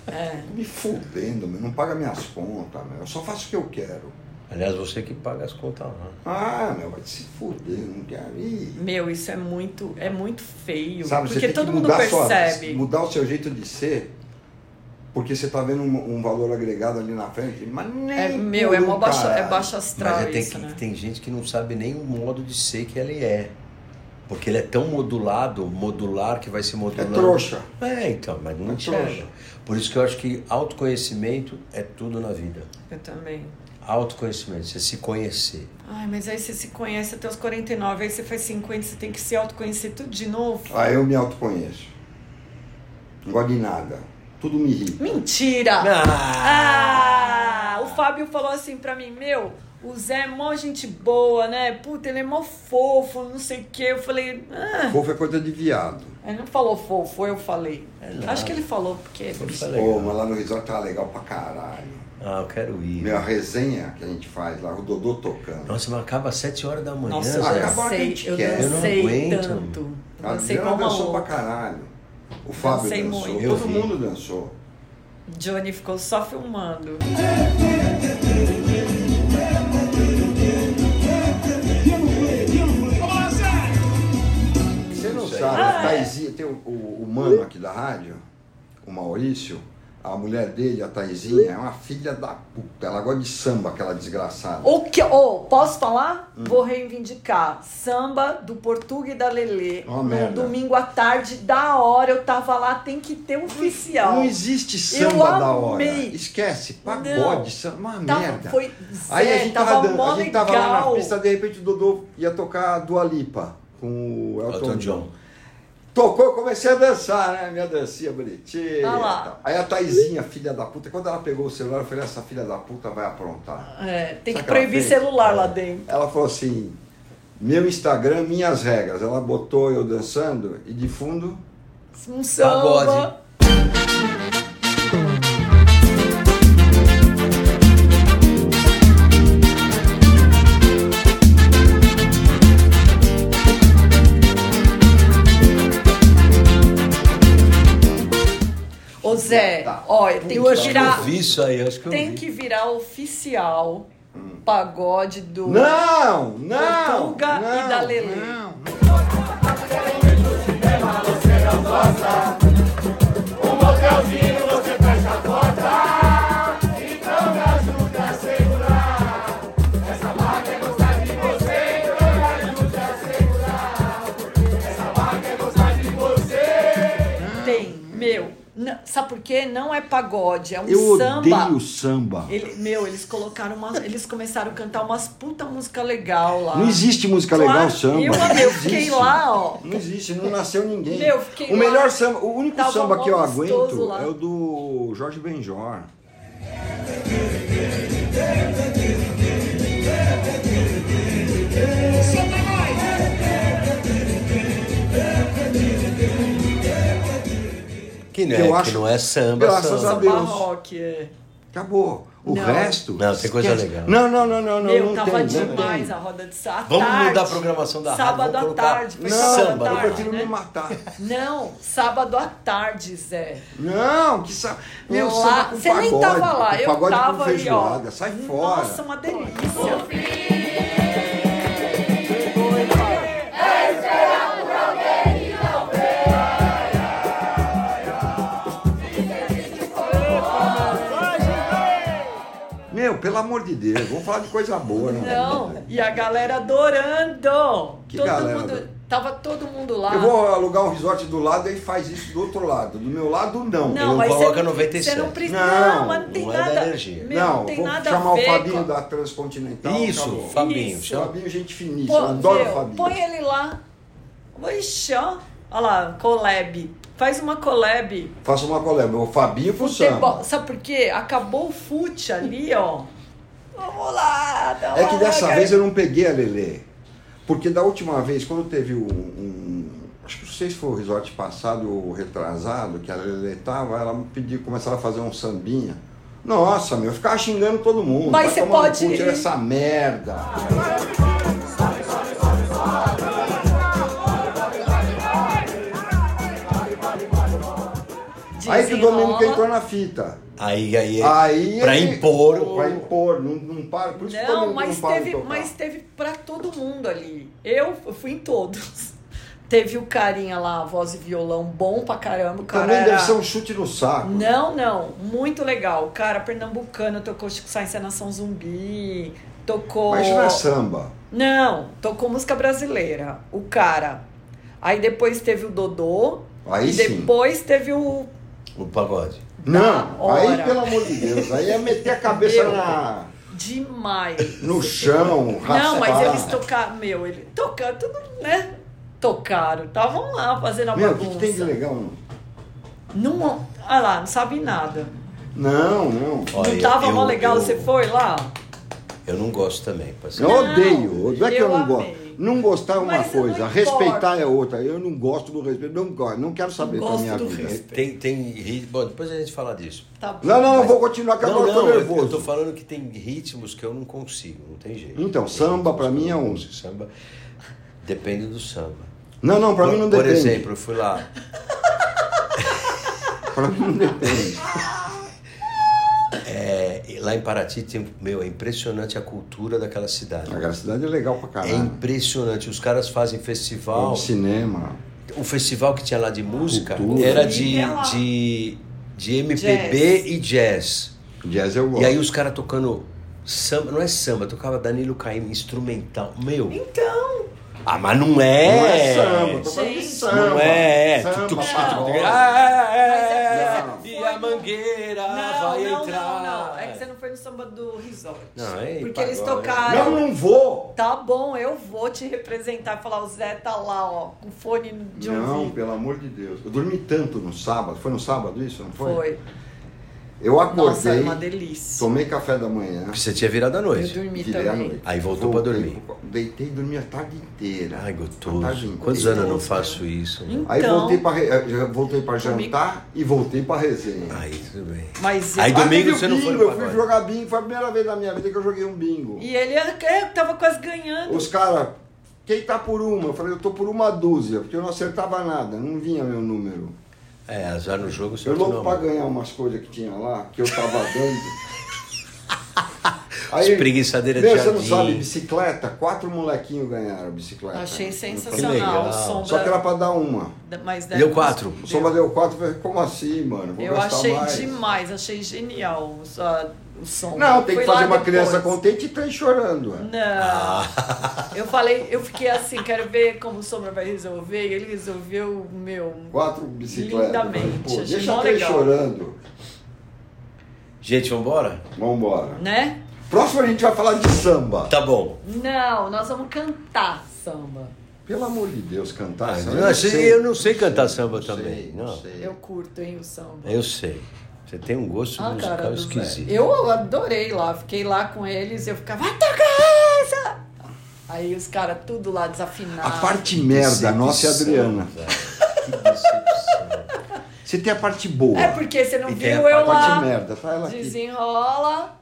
Speaker 5: É.
Speaker 4: Me fudendo, meu. Não paga minhas contas, meu. Eu só faço o que eu quero.
Speaker 3: Aliás, você que paga as contas lá.
Speaker 4: Ah, meu, vai se fuder, não quero ir.
Speaker 5: Meu, isso é muito, é muito feio.
Speaker 4: Sabe, você
Speaker 5: porque
Speaker 4: tem
Speaker 5: todo
Speaker 4: que
Speaker 5: mundo
Speaker 4: mudar, sua-
Speaker 5: percebe.
Speaker 4: mudar o seu jeito de ser, porque você tá vendo um, um valor agregado ali na frente, mas nem
Speaker 5: É, meu,
Speaker 4: por
Speaker 5: é
Speaker 4: um
Speaker 5: mó baixo, é
Speaker 4: caralho.
Speaker 5: baixo astral
Speaker 3: Mas é, tem,
Speaker 5: isso,
Speaker 3: que-
Speaker 5: né?
Speaker 3: tem gente que não sabe nem o modo de ser que ele é. Porque ele é tão modulado, modular, que vai se
Speaker 4: É
Speaker 3: modulando.
Speaker 4: trouxa.
Speaker 3: É, então, mas não
Speaker 4: É
Speaker 3: enxerga.
Speaker 4: trouxa.
Speaker 3: Por isso que eu acho que autoconhecimento é tudo na vida.
Speaker 5: Eu também.
Speaker 3: Autoconhecimento, você se conhecer.
Speaker 5: Ai, mas aí você se conhece até os 49, aí você faz 50, você tem que se autoconhecer tudo de novo.
Speaker 4: Ah, eu me autoconheço. Não gosto de nada. Tudo me irrita.
Speaker 5: Mentira!
Speaker 3: Ah!
Speaker 5: Ah! O Fábio falou assim pra mim, meu, o Zé é mó gente boa, né? Puta, ele é mó fofo, não sei o quê. Eu falei, ah.
Speaker 4: Fofo é coisa de viado.
Speaker 5: Ele não falou fofo, eu falei.
Speaker 3: É nada.
Speaker 5: Acho que ele falou, porque...
Speaker 3: Fofo é legal.
Speaker 4: Pô, mas lá no resort tá legal pra caralho.
Speaker 3: Ah, eu quero ir.
Speaker 4: Minha resenha que a gente faz lá, o Dodô tocando.
Speaker 3: Nossa, mas acaba às 7 horas da manhã,
Speaker 5: Nossa, eu
Speaker 3: Zé.
Speaker 4: acaba-
Speaker 5: dancei, eu
Speaker 4: é". Eu não
Speaker 5: dancei
Speaker 3: aguento.
Speaker 5: tanto. Eu
Speaker 4: A
Speaker 5: dancei
Speaker 4: Adriana
Speaker 5: como a
Speaker 4: dançou pra
Speaker 5: outra.
Speaker 4: caralho. O Fábio
Speaker 5: Dancei
Speaker 4: dançou.
Speaker 5: muito.
Speaker 3: Eu
Speaker 4: Todo
Speaker 3: vi.
Speaker 4: mundo dançou.
Speaker 5: Johnny ficou só filmando.
Speaker 4: Você não sabe, a Taizinha, tem o, o, o mano aqui da rádio, o Maurício. A mulher dele, a Taizinha, é uma filha da puta. Ela gosta de samba, aquela desgraçada.
Speaker 5: O que, oh, posso falar?
Speaker 4: Hum.
Speaker 5: Vou reivindicar. Samba do Portuga e da Lelê.
Speaker 4: Ó,
Speaker 5: No
Speaker 4: É merda.
Speaker 5: domingo à tarde, da hora, eu tava lá, tem que ter um oficial.
Speaker 4: Não existe samba da hora.
Speaker 5: amei.
Speaker 4: Esquece,
Speaker 5: Não.
Speaker 4: pagode, samba, é uma
Speaker 5: Tava-
Speaker 4: merda.
Speaker 5: Foi Zé,
Speaker 4: Aí a gente
Speaker 5: tava,
Speaker 4: tava,
Speaker 5: mó
Speaker 4: dando, a gente tava lá
Speaker 5: legal.
Speaker 4: na pista, de repente o Dodô ia tocar a Dua Lipa com o Elton,
Speaker 3: Elton
Speaker 4: John.
Speaker 3: John.
Speaker 4: Tocou, eu comecei a dançar, né? Minha dancinha bonitinha.
Speaker 5: Ah lá.
Speaker 4: e tal. Aí a Taizinha, filha da puta, quando ela pegou o celular, eu falei, essa filha da puta vai aprontar.
Speaker 5: É, tem
Speaker 4: Sabe
Speaker 5: que
Speaker 4: o que ela
Speaker 5: proibir
Speaker 4: fez?
Speaker 5: celular lá dentro.
Speaker 4: Ela falou assim, meu Instagram, minhas regras. Ela botou eu dançando e de fundo
Speaker 5: Um samba.
Speaker 3: Pagode.
Speaker 5: Ô Zé,
Speaker 4: Tá.
Speaker 5: olha, tem
Speaker 4: Eu
Speaker 5: que
Speaker 4: acho que eu
Speaker 5: virar.
Speaker 3: Eu vi isso aí, acho que eu
Speaker 5: Tem
Speaker 3: vi.
Speaker 5: que virar oficial pagode do.
Speaker 4: Não, não!
Speaker 5: Portuga
Speaker 4: não,
Speaker 5: e da Lelê.
Speaker 4: Não.
Speaker 5: Tem, meu. n- sabe por quê? Não é pagode, é um
Speaker 4: Eu
Speaker 5: samba.
Speaker 4: odeio samba.
Speaker 5: Ele- meu, eles colocaram uma, eles começaram a cantar umas puta música legal lá.
Speaker 4: Não existe música
Speaker 5: Claro,
Speaker 4: legal samba.
Speaker 5: eu
Speaker 4: Não
Speaker 5: amei, eu fiquei
Speaker 4: existe.
Speaker 5: lá, ó.
Speaker 4: Não existe, não nasceu ninguém.
Speaker 5: Meu, eu fiquei
Speaker 4: o
Speaker 5: lá.
Speaker 4: melhor samba, o único
Speaker 5: Tava
Speaker 4: samba que eu
Speaker 5: mó gostoso
Speaker 4: aguento
Speaker 5: lá.
Speaker 4: é o do Jorge Benjor.
Speaker 3: Que não,
Speaker 4: Eu
Speaker 3: é, que
Speaker 4: acho-
Speaker 3: não é samba,
Speaker 4: Graças
Speaker 3: samba.
Speaker 4: a Deus.
Speaker 5: Barroque, é.
Speaker 4: Acabou. O
Speaker 5: Não.
Speaker 4: resto.
Speaker 3: Não, tem coisa
Speaker 4: esquece.
Speaker 3: legal.
Speaker 4: Não, não, não, não, não.
Speaker 5: Meu,
Speaker 4: não
Speaker 5: tava
Speaker 4: tem, não
Speaker 5: demais
Speaker 4: tem.
Speaker 5: a roda de sábado.
Speaker 3: Vamos
Speaker 5: tarde,
Speaker 3: mudar a programação da rádio,
Speaker 5: Sábado
Speaker 3: vamos
Speaker 5: à
Speaker 3: colocar
Speaker 5: tarde. foi
Speaker 4: Não,
Speaker 5: sábado
Speaker 3: samba,
Speaker 5: à
Speaker 4: eu
Speaker 5: tarde,
Speaker 4: prefiro
Speaker 5: né?
Speaker 4: me matar.
Speaker 5: Não, sábado à tarde, Zé.
Speaker 4: Não, que samba. Meu,
Speaker 5: Lá-
Speaker 4: samba com
Speaker 5: Você nem
Speaker 4: pagode,
Speaker 5: tava lá,
Speaker 4: com
Speaker 5: eu
Speaker 4: pagode
Speaker 5: tava
Speaker 4: com
Speaker 5: aí, ó.
Speaker 4: feijoada. Sai fora.
Speaker 5: Nossa, uma delícia.
Speaker 4: Meu, pelo amor de Deus, vamos falar de coisa boa, né? não.
Speaker 5: Não, e a galera adorando.
Speaker 4: Que
Speaker 5: todo
Speaker 4: galera
Speaker 5: mundo,
Speaker 4: adorando?
Speaker 5: tava todo mundo lá.
Speaker 4: Eu vou alugar um resort do lado e faz isso do outro lado. Do meu lado, não.
Speaker 5: Não,
Speaker 3: Eu
Speaker 5: mas
Speaker 3: coloco
Speaker 5: você não,
Speaker 3: 97.
Speaker 5: Você não precisa.
Speaker 4: Não,
Speaker 5: Não, mas não tem
Speaker 3: não é da
Speaker 5: nada.
Speaker 3: energia.
Speaker 5: Meu, não,
Speaker 4: não,
Speaker 5: tem
Speaker 4: vou
Speaker 5: nada
Speaker 4: chamar
Speaker 5: a
Speaker 4: o
Speaker 5: ver
Speaker 4: Fabinho
Speaker 5: com-
Speaker 4: da Transcontinental.
Speaker 3: Isso,
Speaker 4: acabou.
Speaker 3: Fabinho.
Speaker 5: Isso.
Speaker 3: chama-
Speaker 4: Fabinho, é gente finíssima.
Speaker 5: Pô,
Speaker 4: eu adoro
Speaker 5: meu,
Speaker 4: o Fabinho.
Speaker 5: Põe ele lá. Ixi, ó. Olha lá, collab. Faz uma collab.
Speaker 4: Faça uma coleta. O Fabinho pro samba.
Speaker 5: Futebol. Sabe por quê? Acabou o fute ali, ó. Vamos lá. né, dá
Speaker 4: É que
Speaker 5: uma
Speaker 4: dessa
Speaker 5: larga-
Speaker 4: vez eu não peguei a Lelê. Porque da última vez, quando teve um. um- acho que não sei se foi o resort passado ou retrasado, que a Lelê tava, ela me pediu, começava a fazer um sambinha. Nossa, meu, eu ficava xingando todo mundo.
Speaker 5: Mas
Speaker 4: Vai
Speaker 5: você
Speaker 4: tomar no
Speaker 5: pode-
Speaker 4: cu, tira essa merda. Aí que o
Speaker 5: Desenrola.
Speaker 4: Domênico entrou na fita.
Speaker 3: Aí, aí,
Speaker 4: Aí
Speaker 3: pra
Speaker 4: ele-
Speaker 3: impor. o-
Speaker 4: Pra impor, não, não para. Por isso que o
Speaker 5: Não,
Speaker 4: Domênico
Speaker 5: mas
Speaker 4: não então, tá. para de
Speaker 5: teve,
Speaker 4: tocar.
Speaker 5: mas teve pra todo mundo ali. Eu fui em todos. Teve o carinha lá, voz e violão, bom pra caramba. O cara
Speaker 4: Também
Speaker 5: era-
Speaker 4: deve ser um chute no saco.
Speaker 5: Não, não. Muito legal. O cara pernambucano tocou tipo, Chico Sainz e a Nação Zumbi. Tocou...
Speaker 4: Mas isso não é samba.
Speaker 5: Não, tocou música brasileira. O cara. Aí depois teve o Dodô.
Speaker 4: Aí
Speaker 5: e
Speaker 4: sim.
Speaker 5: depois teve o.
Speaker 3: O pagode.
Speaker 5: Da
Speaker 4: Não, aí
Speaker 5: hora.
Speaker 4: pelo amor de Deus, aí é meter a cabeça
Speaker 5: Meu.
Speaker 4: na,
Speaker 5: Demais.
Speaker 4: no chão, raspar.
Speaker 5: Não, mas eles tocaram. Meu, ele. Tocaram tudo, né? Tocaram. Estavam lá fazendo a
Speaker 4: Meu, o que,
Speaker 5: bagunça.
Speaker 4: que tem de legal?
Speaker 5: Não. Ah lá, não sabe nada.
Speaker 4: Não, não.
Speaker 3: Olha,
Speaker 5: não tava mó
Speaker 3: eu-
Speaker 5: legal,
Speaker 3: eu-
Speaker 5: você foi lá?
Speaker 3: Eu não gosto também, parceiro.
Speaker 4: Eu odeio, odeio. Não é que
Speaker 5: eu
Speaker 4: eu, não
Speaker 5: amei.
Speaker 4: gosto. Não gostar é uma
Speaker 5: Mas não
Speaker 4: coisa,
Speaker 5: importa.
Speaker 4: respeitar é outra. Eu não gosto do respeito, não gosto, não quero saber
Speaker 5: Não
Speaker 4: da minha
Speaker 5: gosto do
Speaker 4: vida.
Speaker 5: respeito.
Speaker 3: Tem, tem ritmo. Bom, depois a gente fala disso.
Speaker 5: Tá bom.
Speaker 4: Não, não, eu
Speaker 3: Mas-
Speaker 4: vou continuar que agora eu tô
Speaker 3: eu-
Speaker 4: nervoso.
Speaker 3: Eu tô falando que tem ritmos que eu não consigo, não tem jeito.
Speaker 4: Então,
Speaker 3: Tem
Speaker 4: samba
Speaker 3: ritmos
Speaker 4: pra
Speaker 3: que eu
Speaker 4: mim é
Speaker 3: não
Speaker 4: um.
Speaker 3: consigo. Samba depende do samba.
Speaker 4: Não, não, pra
Speaker 3: por,
Speaker 4: mim não
Speaker 3: Por
Speaker 4: depende.
Speaker 3: exemplo, eu fui lá.
Speaker 4: Pra mim não depende.
Speaker 3: é, e lá em Paraty tem, meu, é impressionante a cultura daquela cidade.
Speaker 4: Aquela cidade é legal pra
Speaker 3: É
Speaker 4: caralho.
Speaker 3: impressionante. Os caras fazem
Speaker 4: Tem
Speaker 3: festival.
Speaker 4: cinema.
Speaker 3: O festival que tinha lá de música
Speaker 4: Cultura.
Speaker 3: era de,
Speaker 5: Sim, é lá.
Speaker 3: de de MPB e jazz.
Speaker 4: Jazz eu gosto.
Speaker 3: E aí os caras tocando samba, não é samba, tocava Danilo Caim, instrumental. Meu,
Speaker 5: Então,
Speaker 3: ah, mas não é.
Speaker 4: Não é samba, tô falando de
Speaker 5: Gente.
Speaker 4: samba.
Speaker 3: Não é.
Speaker 4: Samba,
Speaker 3: Tu- tu-
Speaker 4: pagoda.
Speaker 3: Ah, é.
Speaker 4: Não.
Speaker 3: E a mangueira
Speaker 5: não,
Speaker 3: vai
Speaker 5: não,
Speaker 3: entrar.
Speaker 5: não, não. É que você não foi no samba do resort.
Speaker 3: Não, é
Speaker 5: Porque
Speaker 3: pagode.
Speaker 5: eles
Speaker 4: Não,
Speaker 5: tocaram.
Speaker 4: não vou.
Speaker 5: Tá bom, eu vou te representar. Falar, o Zé tá lá, ó, com fone de
Speaker 4: Não,
Speaker 5: ouvido.
Speaker 4: pelo amor de Deus. Eu dormi tanto no sábado. Foi no sábado isso? Não foi?
Speaker 5: Foi.
Speaker 4: Eu
Speaker 5: Nossa,
Speaker 4: acordei,
Speaker 5: era uma delícia.
Speaker 4: tomei café da manhã,
Speaker 3: Porque Você tinha virado à
Speaker 5: Eu
Speaker 3: noite.
Speaker 5: dormi
Speaker 4: virei à
Speaker 5: também.
Speaker 4: noite.
Speaker 3: Aí voltou pra
Speaker 4: Voltei
Speaker 3: dormir.
Speaker 4: pro- Deitei e dormi a tarde inteira.
Speaker 3: Ai,
Speaker 4: A tarde
Speaker 3: gostoso.
Speaker 4: inteira.
Speaker 3: Quantos anos eu não faço isso? né?
Speaker 4: Aí
Speaker 5: Então.
Speaker 4: voltei pra, re- eh, já voltei pra
Speaker 5: Comigo.
Speaker 4: jantar e voltei pra resenha.
Speaker 3: Aí, tudo bem.
Speaker 5: Mas
Speaker 3: Aí
Speaker 5: eu-
Speaker 4: Ah,
Speaker 3: domingo
Speaker 4: teve o
Speaker 3: você não foi
Speaker 4: bingo,
Speaker 3: no
Speaker 4: Eu fui
Speaker 3: pagode.
Speaker 4: jogar bingo, foi a primeira vez na minha vida que eu joguei um bingo.
Speaker 5: E ele é, tava quase ganhando.
Speaker 4: Os caras, quem tá por uma? Eu falei, eu tô por uma dúzia, porque eu não acertava nada, não vinha meu número.
Speaker 3: É, azar no jogo, você
Speaker 4: Eu louco
Speaker 3: não. né?
Speaker 4: pra ganhar umas coisas que tinha lá, que eu tava dando.
Speaker 3: Espreguiçadeira de
Speaker 4: meu, você não
Speaker 3: jardim.
Speaker 4: sabe, bicicleta, quatro molequinhos ganharam bicicleta. né?
Speaker 5: Achei
Speaker 3: Que
Speaker 5: sensacional
Speaker 3: legal.
Speaker 5: o som
Speaker 4: Só
Speaker 5: da-
Speaker 4: que era pra dar uma.
Speaker 5: da- mas deve-
Speaker 3: Deu quatro.
Speaker 4: O Soma deu quatro, eu falei, como assim, mano? Vou
Speaker 5: Eu
Speaker 4: gastar
Speaker 5: achei
Speaker 4: mais.
Speaker 5: demais, achei genial o, so- o som.
Speaker 4: Não, tem que
Speaker 5: Fui
Speaker 4: fazer
Speaker 5: lá
Speaker 4: uma
Speaker 5: depois.
Speaker 4: criança contente e três chorando. é.
Speaker 5: Não. Eu falei, eu fiquei assim, quero ver como o Sombra vai resolver. E ele resolveu, meu.
Speaker 4: Quatro bicicletas.
Speaker 5: Lindamente,
Speaker 4: Pô,
Speaker 5: achei
Speaker 4: deixa
Speaker 5: mó
Speaker 4: três
Speaker 5: legal.
Speaker 4: chorando.
Speaker 3: Gente, vambora?
Speaker 4: Vambora.
Speaker 5: Né?
Speaker 4: Próximo a gente vai falar de samba.
Speaker 3: Tá bom.
Speaker 5: Não, nós vamos cantar samba.
Speaker 4: Pelo amor de Deus, cantar
Speaker 3: Ah,
Speaker 4: samba.
Speaker 3: eu não sei- eu não sei cantar samba também, não.
Speaker 4: sei.
Speaker 5: Eu curto, hein, o samba.
Speaker 3: Eu sei. Você tem um gosto
Speaker 5: Ah, cara
Speaker 3: musical
Speaker 5: do Zé.
Speaker 3: esquisito.
Speaker 5: Eu adorei lá, fiquei lá com eles, eu ficava, vai tocar essa! Aí os caras tudo lá desafinados.
Speaker 4: A parte merda, a nossa é a
Speaker 3: Decepção,
Speaker 4: Adriana.
Speaker 3: Zé. Que decepção.
Speaker 4: Você tem a parte boa.
Speaker 5: É porque você não
Speaker 3: E tem
Speaker 5: viu
Speaker 3: a
Speaker 5: eu
Speaker 4: a parte
Speaker 5: lá.
Speaker 4: merda, tá ela aqui.
Speaker 5: Desenrola.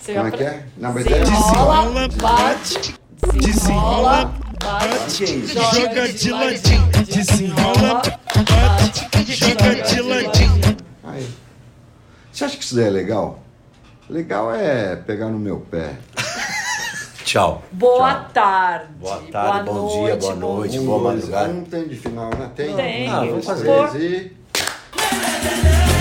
Speaker 5: Você
Speaker 4: Como é
Speaker 5: apre-
Speaker 4: que é? Na verdade,
Speaker 5: Desenrola, bate. Desenrola, bate.
Speaker 1: Joga de ladinho, desenrola, bate, joga de ladinho.
Speaker 4: Aí. Você acha que isso daí é legal? Legal é pegar no meu pé.
Speaker 3: Tchau.
Speaker 5: Boa tarde.
Speaker 3: Boa tarde, bom dia, boa noite, boa
Speaker 4: dois,
Speaker 3: madrugada.
Speaker 4: Não tem de final, né? Tem.
Speaker 5: Tem.
Speaker 4: Um,
Speaker 3: Ah,
Speaker 4: dois,
Speaker 3: vamos fazer.
Speaker 4: três e...
Speaker 5: Boa